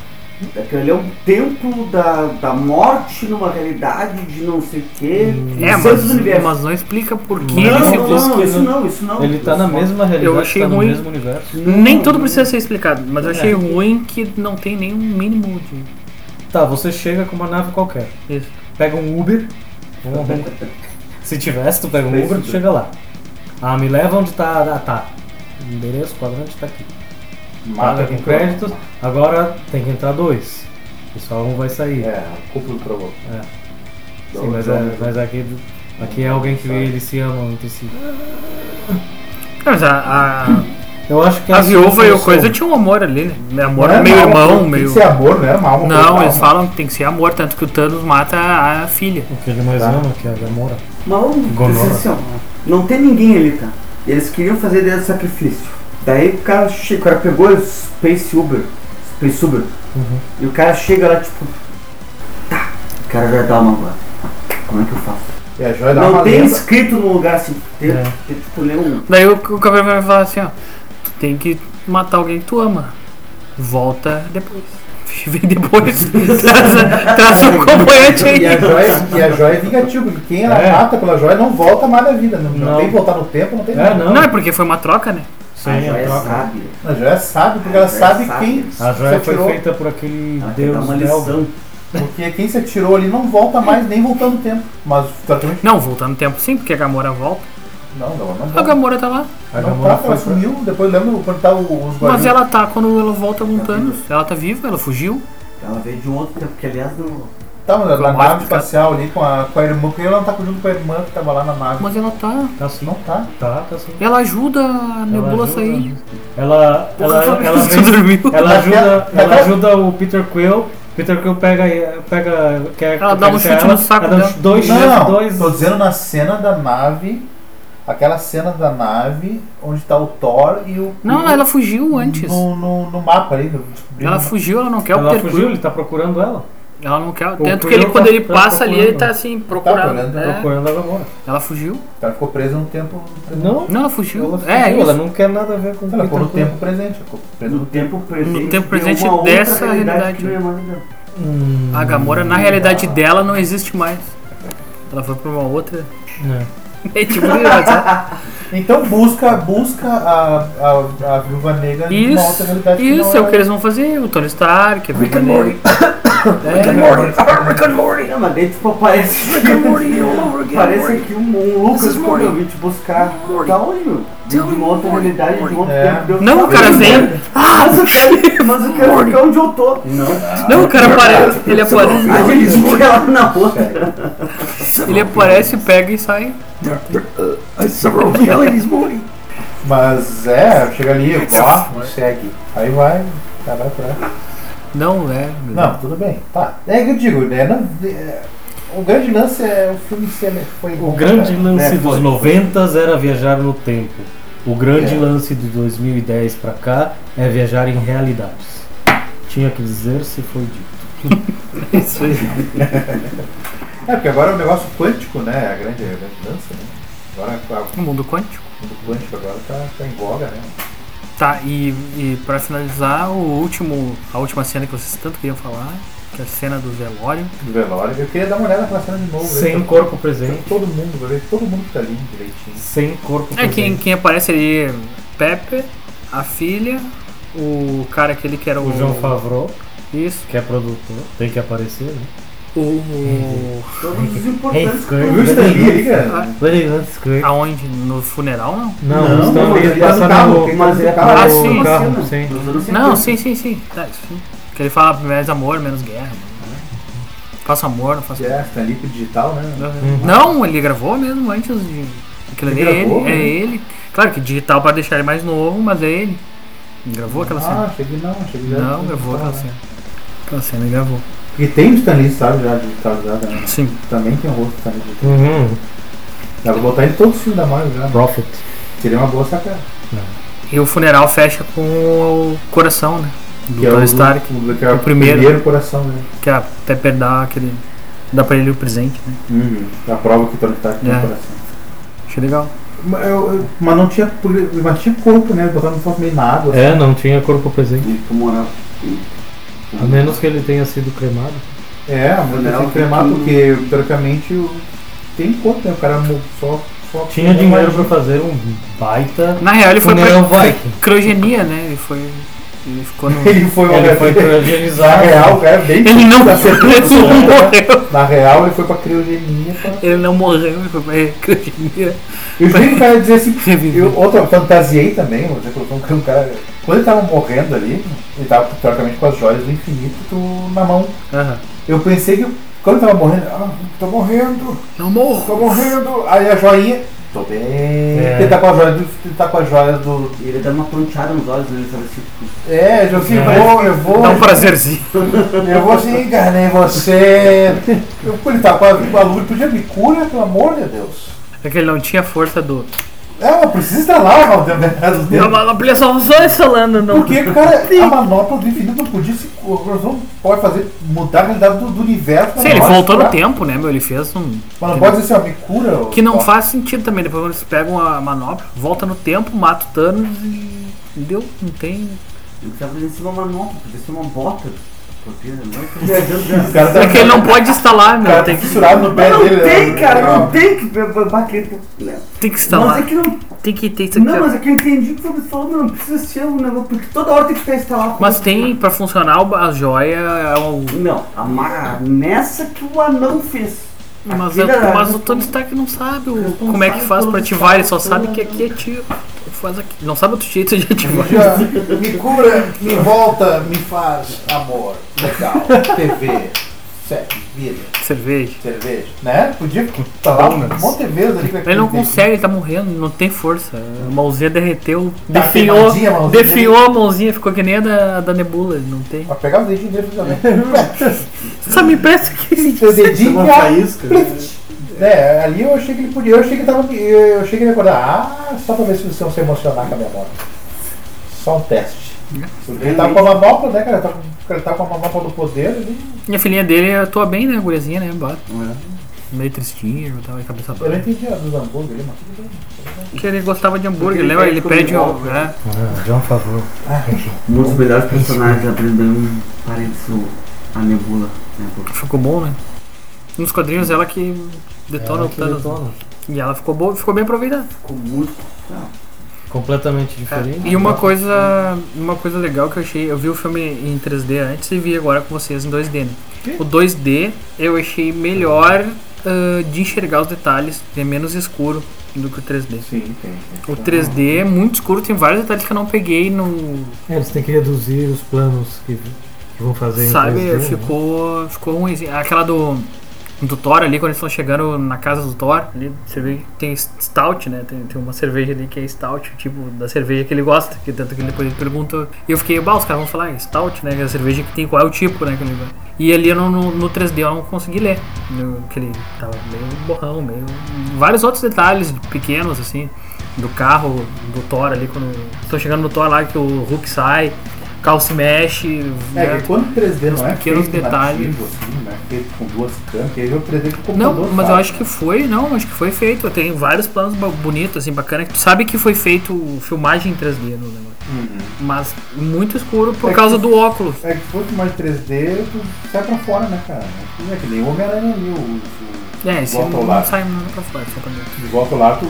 Aquele ali é um templo da, da morte numa realidade de não sei o quê. É, Santos mas, do universo. mas não explica por que Não, ele não, ficou. não, ficou- isso não, isso não. Ele tá na Isso não. mesma realidade, achei tá no ruim. mesmo universo. Nem tudo precisa ser explicado, mas eu achei É. ruim que não tem nenhum mínimo de. Tá, você chega com uma nave qualquer. Isso. Pega um Uber. um- Se tivesse, tu pega um Uber, tu chega lá. Ah, me leva onde tá. Ah, tá. Endereço, quadrante tá aqui. Paga com créditos. Agora tem que entrar dois. E só um vai sair. É, culpa do provoca. É. Sim, mas, é- mas aqui, aqui é alguém que eles se amam entre si. Não, mas a, a, Eu acho que a essa viúva e o solução- coisa tinha um amor ali, né? Amor Não era meio uma alma, irmão, tem que meio. ser amor, não era uma alma. foi Não, uma eles alma. falam que tem que ser amor, tanto que o Thanos mata a filha. O que ele mais ama, que é a Gamora. Mas vamos Gonora. dizer assim, ó, não tem ninguém ali, tá? Eles queriam fazer desse sacrifício. Daí o cara, che- o cara pegou o Space Uber. Space Uber. E o cara chega lá, tipo. Tá, o cara já dá uma agora. Como é que eu faço? É, a joia da não alma tem lembra. escrito no lugar assim. Tem, É. tem, tipo, ler um. Daí o, o Caveira vai falar assim, ó. Tu tem que matar alguém que tu ama. Volta depois. Vem depois. traz, traz um acompanhante aí. E a, joia, e a joia é vingativa, porque quem ela É. mata pela joia não volta mais na vida. Não, não Não. tem que voltar no tempo, não tem É, nada. não. Não, é porque foi uma troca, né? Sim, Ah, já a é troca. sábio. A joia sabe, porque ela A joia sabe, sabe. quem A joia se foi atirou. feita por aquele Ela quer Ah, dar deus uma belga. lição. Porque quem se atirou ali não volta mais, nem voltando no tempo. Mas o tratamento. Não, voltando no tempo sim, porque a Gamora volta. Não, não, não. A volta. Gamora tá lá. A Não, Gamora tá, ela foi pra... sumiu, depois lembra quando tá o- os Mas guardiões. ela tá, quando ela volta com o Thanos, ela tá viva, ela fugiu. Ela veio de um outro tempo, que aliás não. Tá, mas Foi na mais nave picada. espacial ali com a, com a irmã, porque ela não tá junto com a irmã que tava lá na nave. Mas ela tá. Tá sim, Não tá. tá, tá sim. Ela ajuda a Nebula a ajuda. sair. Ela, ela, ela, ela, Você dormiu. ela Daquela- ajuda, ela daquela- ajuda o Peter Quill. Peter Quill pega, pega quer, Ela dá um quer chute ela, no saco ela dá dela. uns dois, Não, dois, tô dizendo na cena da nave, aquela cena da nave onde tá o Thor e o. Não, ela fugiu antes. No, no, no mapa ali. no- Ela fugiu, ela não quer é o ela Peter fugiu, Quill. ele tá procurando ela, Ela não quer. O Tanto que Quill ele, quando tá- ele tá passa ali, ele procurando. tá assim, Tá procurando. procurando, né? procurando a Gamora. Ela fugiu? Ela ficou presa no tempo. Não, Não, ela fugiu. ela, fugiu, é, ela isso. não quer nada a ver com o Ela ficou Peter no Quill. tempo presente. ela Ficou presa No É no tempo presente. tempo presente tem uma outra dessa que não é mais dela. Hum, A Gamora, na realidade dela, não existe mais. Ela foi pra uma outra. né. É tipo, mas é. Então busca, busca a, a, a Viúva Negra em uma outra Isso, realidade. que não isso é o que eles vão fazer. O Tony Stark, a É. Rick and Viúva Negra. Morty. Rick and Morty. Rick and Morty. Não, mas daí tipo aparece. Rick and Morty all over again. Parece que um, um Lucas quando eu vim te buscar. Da onde, meu? De uma outra realidade, de um outro É. tempo. deu- Ah, Não, o cara vem. Mas eu quero, mas eu quero ficar onde eu tô. Não. Não, o cara aparece. Ele aparece. A gente fica lá na outra. Ele aparece, pega e sai. Mas é, chega ali, pá, segue. Aí vai, tá, vai pra. Não, é. Não, tudo bem, tá. É que eu digo, né? não- é, o grande lance é o filme ser. Foi O grande lance né, dos foi. 90 era viajar no tempo. O grande É. lance de 2010 pra cá é viajar em realidades. Tinha que dizer se foi dito. Isso aí. É, porque agora é um negócio quântico, né? A grande, a grande dança, né? Agora a- O mundo quântico. o mundo quântico agora tá, tá em voga, né? Tá, e, e pra finalizar, o último, a última cena que vocês tanto queriam falar, que é a cena do velório. Do velório. Eu queria dar uma olhada naquela cena de novo. ver então. Sem todo- corpo presente. Todo mundo, vai ver todo mundo que tá ali direitinho. Sem corpo É presente. quem, quem aparece ali, é Pepe, a filha, o cara aquele que era é o. O João Favreau, Isso. que é produtor, tem que aparecer, né? O. o- Todos os Hey, importantes. Skrrt. O Stan Lee, ali, né? cara. Very good, Skrrt. aonde? No funeral, não? Não, Ah, Não, o Stan não, Lee ele passa tá no carro, no, ele Mas ele Ah, aparece sim, numa carro, cena sim. dos anos Não, 50. sim, sim, sim. Tá, isso sim. Que ele fala mais amor, menos guerra. Mano. Faço amor, não faço. É, Stan Lee pro digital, né? Não, ele gravou mesmo antes de. Aquilo ali Ele é ele, gravou, é né? ele. Claro que digital pra deixar ele mais novo, mas é ele. Ele gravou aquela cena. Ah, cheguei não, cheguei já. Não, gravou aquela cena. Aquela cena ele gravou. Porque tem o Stan Lee, sabe, já digitalizado, né? Sim. Também tem o rosto do Stan Lee digitalizado. Uhum. Dá pra botar em todos os filmes da Marvel já. né? Profit. Seria uma boa sacada. E o funeral fecha com o coração, né? Do Que é o Tony Stark. O, que é o o primeiro. primeiro. coração, né? Que é a Pepper dá aquele. Dá pra ele o presente, né? É A prova que o Tony Stark tem É. o coração. Achei legal. Mas, eu- eu- mas não tinha. Mas tinha corpo, né? Botaram um fosse meio na água. É, não tinha corpo presente. Tipo, moral. A menos que ele tenha sido cremado. É, a mulher tem que cremar porque, teoricamente, o- tem corpo, né? O cara mo- só. só Tinha dinheiro pra fazer um baita Na real, ele foi funeral pra viking. criogenia, né? Ele foi. Ele ficou no. Ele foi uma Ele foi Na criogenizado. real, é bem Ele não, tá certo. ele não morreu. Na real, ele foi pra criogenia. Pra... Ele não morreu, ele foi pra criogenia. Eu vi o cara dizer assim. Revive. Eu, outra, eu fantasiei também, você colocou um cara- um cara. Quando ele tava morrendo ali, ele tava teoricamente com as joias do infinito tu- na mão. Aham. Eu pensei que quando eu tava morrendo, ah, tô morrendo, Não morro. tô morrendo. Aí a joinha, tô bem. É. Ele tá com a joia do. Ele tá com a joia do. E ele dá uma ponteada nos olhos dele, sabe assim? É, eu assim, É. vou, eu vou. Dá um prazerzinho. Eu vou assim, enganei você. Eu, pô, ele tá com a, com a luz, podia me cura, pelo amor de Deus. É que ele não tinha força do. É, mas precisa estar lá, Valdemar, os dedos. Não, precisava só instalando, não. Porque, cara, a manopla do infinito não podia se. O Horizon pode fazer mudar a realidade do, do universo. Sim, ele Nossa, voltou no cara. tempo, né, meu? Ele fez um. Mas não pode dizer assim, ó, me cura. ô, Que não ó. faz sentido também. Depois quando eles pegam a manopla, volta no tempo, mata o Thanos e. Deu, não tem. Ele precisava fazer em cima uma manopla, podia ser uma bota. Porque né? não tô viajando dessa. O cara tá, É que ele não pode instalar, o meu. cara Tem tá que, fissurado no pé Não dele. tem, né? cara, não Ó, tem que ba- ba- bater. Não, tem que Mas instalar. é que não. Tem que ter isso aqui. Não, mas é que eu entendi o que você falou, não precisa ser um negócio, porque toda hora tem que estar instalado. Mas tem, pra funcionar a joia, é o. Não, a ma- nessa que o anão fez. Mas, Aquele é- era- mas o Tony Stark não sabe o- Responsável como é que faz pelo pra ativar, ele só Stark, sabe que aqui é tiro. Faz aqui. Não sabe outro jeito de ativar. já, me cura, me volta, me faz amor. Legal. TV. Sexo, vida, Cerveja. cerveja. Né? Podia estar lá um monte de vezes ali com Ele não aquele- consegue, ele tá morrendo, não tem força. A mãozinha derreteu, Tá definhou, queimadinha a mãozinha definhou a mãozinha, ficou que nem a da, da Nebula, ele não tem. Pra pegar o dedinho dele também. Só me peça que Seu dedinho já- faísca. É, ali eu achei que ele podia, eu achei que ele tava. Eu achei que ele ia acordar. Ah, só pra ver se vocês vão se emocionar com a minha moto. Só um teste. Porque ele tava com a manopla, né, cara? Ele tava- Ele tava com a manopla do poder ali. Minha filhinha dele atua bem, né, guriazinha, né, bota. Meio tristinha, tava de cabeça Eu não branca. entendi a dos hambúrguer ali, mas tudo bem. Porque ele gostava de hambúrguer, Ele lembra? pede Ele comida, pede, ó, né? né? Ah, João Favreau. Um dos melhores personagens da Brenda parece a nebula. é, Ficou bom, né? Nos quadrinhos ela que detona Ela o que Thanos. detona. E ela ficou boa, ficou bem aproveitada. Ficou muito. Completamente diferente. E uma coisa, uma coisa legal que eu achei, eu vi o filme em 3D antes e vi agora com vocês em 2D. né? O 2D eu achei melhor ah, de enxergar os detalhes, é menos escuro do que o 3D. Sim, tem. O 3D é muito escuro, tem vários detalhes que eu não peguei no, É, eles têm que reduzir os planos que, que vão fazer em Sabe, 3D, né? ficou, ficou ruim. assim. Aquela do, do Thor ali, quando eles estão chegando na casa do Thor, ali, você vê que tem stout, né? Tem, tem uma cerveja ali que é stout, tipo da cerveja que ele gosta, que tanto que depois ele pergunta. E eu fiquei, bah, os caras vão falar, é stout, né? Que é a cerveja que tem, qual é o tipo, né? Que ele gosta." e ali eu não- no, no 3D eu não consegui ler, no- que ele tava meio borrão, meio. Vários outros detalhes pequenos, assim, do carro, do Thor ali, quando. Estão chegando no Thor lá que o Hulk sai, o carro se mexe. né? É, que quando o 3D Os não é pequenos feito detalhes. nativo, assim, não é feito com duas câmeras, aí o 3D que o Não, computador mas eu faz. acho que foi, não, acho que foi feito. Tem vários planos ba- bonitos, assim, bacana. que Tu sabe que foi feito filmagem em 3D no negócio. Mas muito escuro por É causa que- do óculos. É que se fosse mais 3D, tu sai pra fora, né, cara? Não é que nem o Homem-Aranha ali, o, o, É, esse o Volta não, ao não Lar. sai nada pra fora, só pra dentro. De Volta ao Lar, tu,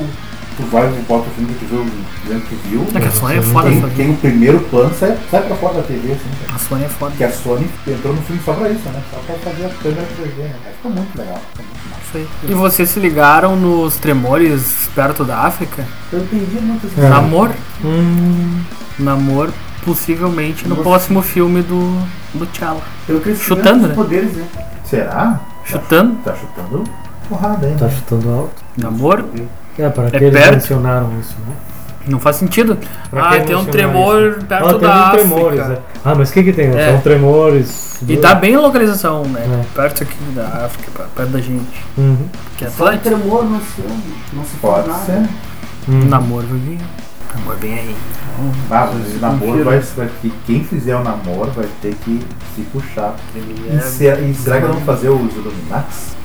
tu vai e bota o filme que tu viu, dentro que viu. É que a Sony é foda, Tem, sabe? tem o primeiro plano, sai, sai pra fora da TV, assim, cara. A Sony é foda. Porque a Sony entrou no filme só pra isso, né? Só pra fazer a câmera 3D, né? cara? Ficou muito legal. ficou muito massa. isso aí. E vocês se ligaram nos tremores perto da África? Eu entendi muito assim. É. Namor? Hum, Namor, possivelmente no Nossa. próximo filme do, do T'Challa. Pelo crescimento Chutando, dos né? poderes, né? Será? Chutando? Tá chutando porrada, hein? tá chutando alto. Namor? É, para aqueles que perto? mencionaram isso, né? Não faz sentido. Pra ah, quem tem um mencionou tremor perto da Ah, tem uns África. tremores, né? Ah, mas o que que tem? É. São tremores. E do- tá bem localização, né? É. Perto aqui da África, pra- perto da gente. Uhum, Que é Só um Atlântico. Um tremor no céu, bicho. Não se faz Pode nada. ser. uhum. Namoro, eu vi. Namoro bem aí. Ah, mas esse namoro vai, vai ter- quem fizer o namoro vai ter que se puxar. Ele é- E, se- e será que vamos fazer os Illuminatis?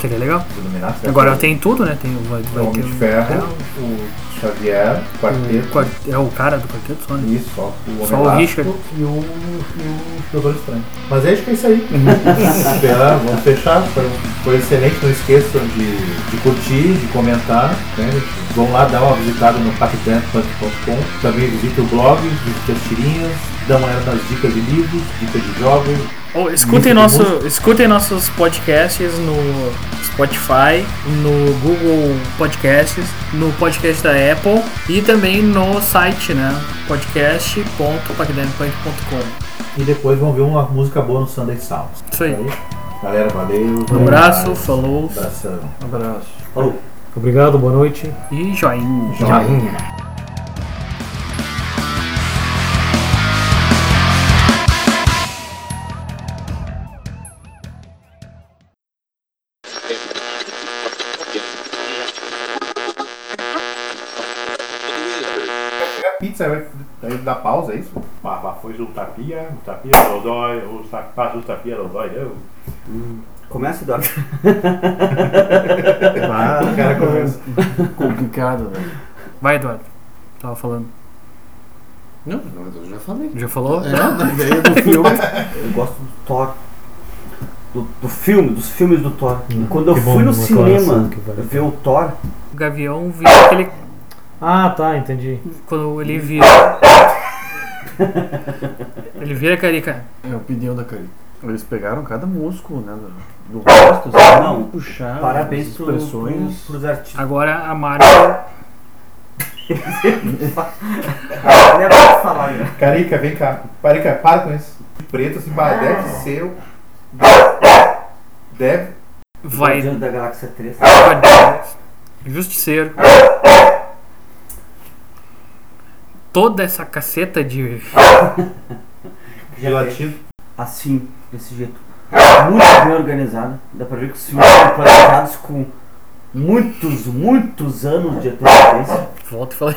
Seria é legal. Os Illuminatis vai Agora ter tem tudo, né? Tem, o- vai, o vai Homem ter de o- Ferro, o Xavier, o Quarteto, o quart- É o cara do Quarteto Sônico. isso, só o Só Homem o Elástico Richard. e o, e o Doutor Estranho. Mas acho que é isso aí. Esperar, vamos fechar. Foi, foi excelente, não esqueçam de, de curtir, de comentar. né? Vão lá dar uma visitada no parkdance.com. Também visita o blog, visita as tirinhas, dão uma olhada nas dicas de livros, dicas de jogos. Ô, escutem, Muito nosso, escutem nossos podcasts no Spotify, no Google Podcasts, no podcast da Apple e também no site, né? podcast.pacdemic.com. E depois vão ver uma música boa no Sunday Sounds. Tá Isso aí. Galera, valeu. Um abraço, falou Abração. Abraço. Falou. Obrigado, boa noite. e joinha. Joinha. Pizza vai daí dá pausa, é isso? Foi justa pia, justa pia, rodói, justa pia, rodói, eu. Começa, Eduardo. Ah, o cara começa. Complicado, né? Vai, Eduardo. Tava falando. Não, não, eu já falei. Já falou? É, a ideia do filme. Eu gosto do Thor. Do, do filme, dos filmes do Thor. E Hum, quando eu que bom, fui no uma cinema aclaração que vale a ver o Thor, O Gavião viu aquele. Ah, tá, entendi. Quando ele vira. ele vira carica. É a opinião da Cari. Eles pegaram cada músculo, né? Do, do rosto, assim, Não, e puxaram parabéns as pro, pro, expressões. pros artistas. Agora a Marvel. Agora é pra falar, né? Carica, vem cá. Carica, para com isso. Preto assim, bah, deve ser o. Deve. Vai. Guardião da Galáxia 3. Justiceiro. Toda essa caceta de. Relativo. Assim, desse jeito. Muito bem organizada. Dá pra ver que os filmes são planejados com muitos, muitos anos de antecedência. Volta e fala.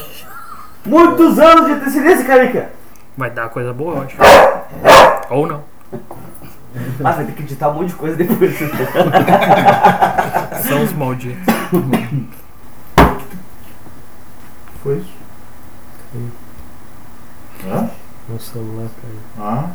Muitos anos de antecedência, Carica! Vai dar coisa boa, eu acho. Ou não. Ah, vai ter que editar um monte de coisa depois. São os malditos. Foi isso. Hã? Meu celular caiu. Ah,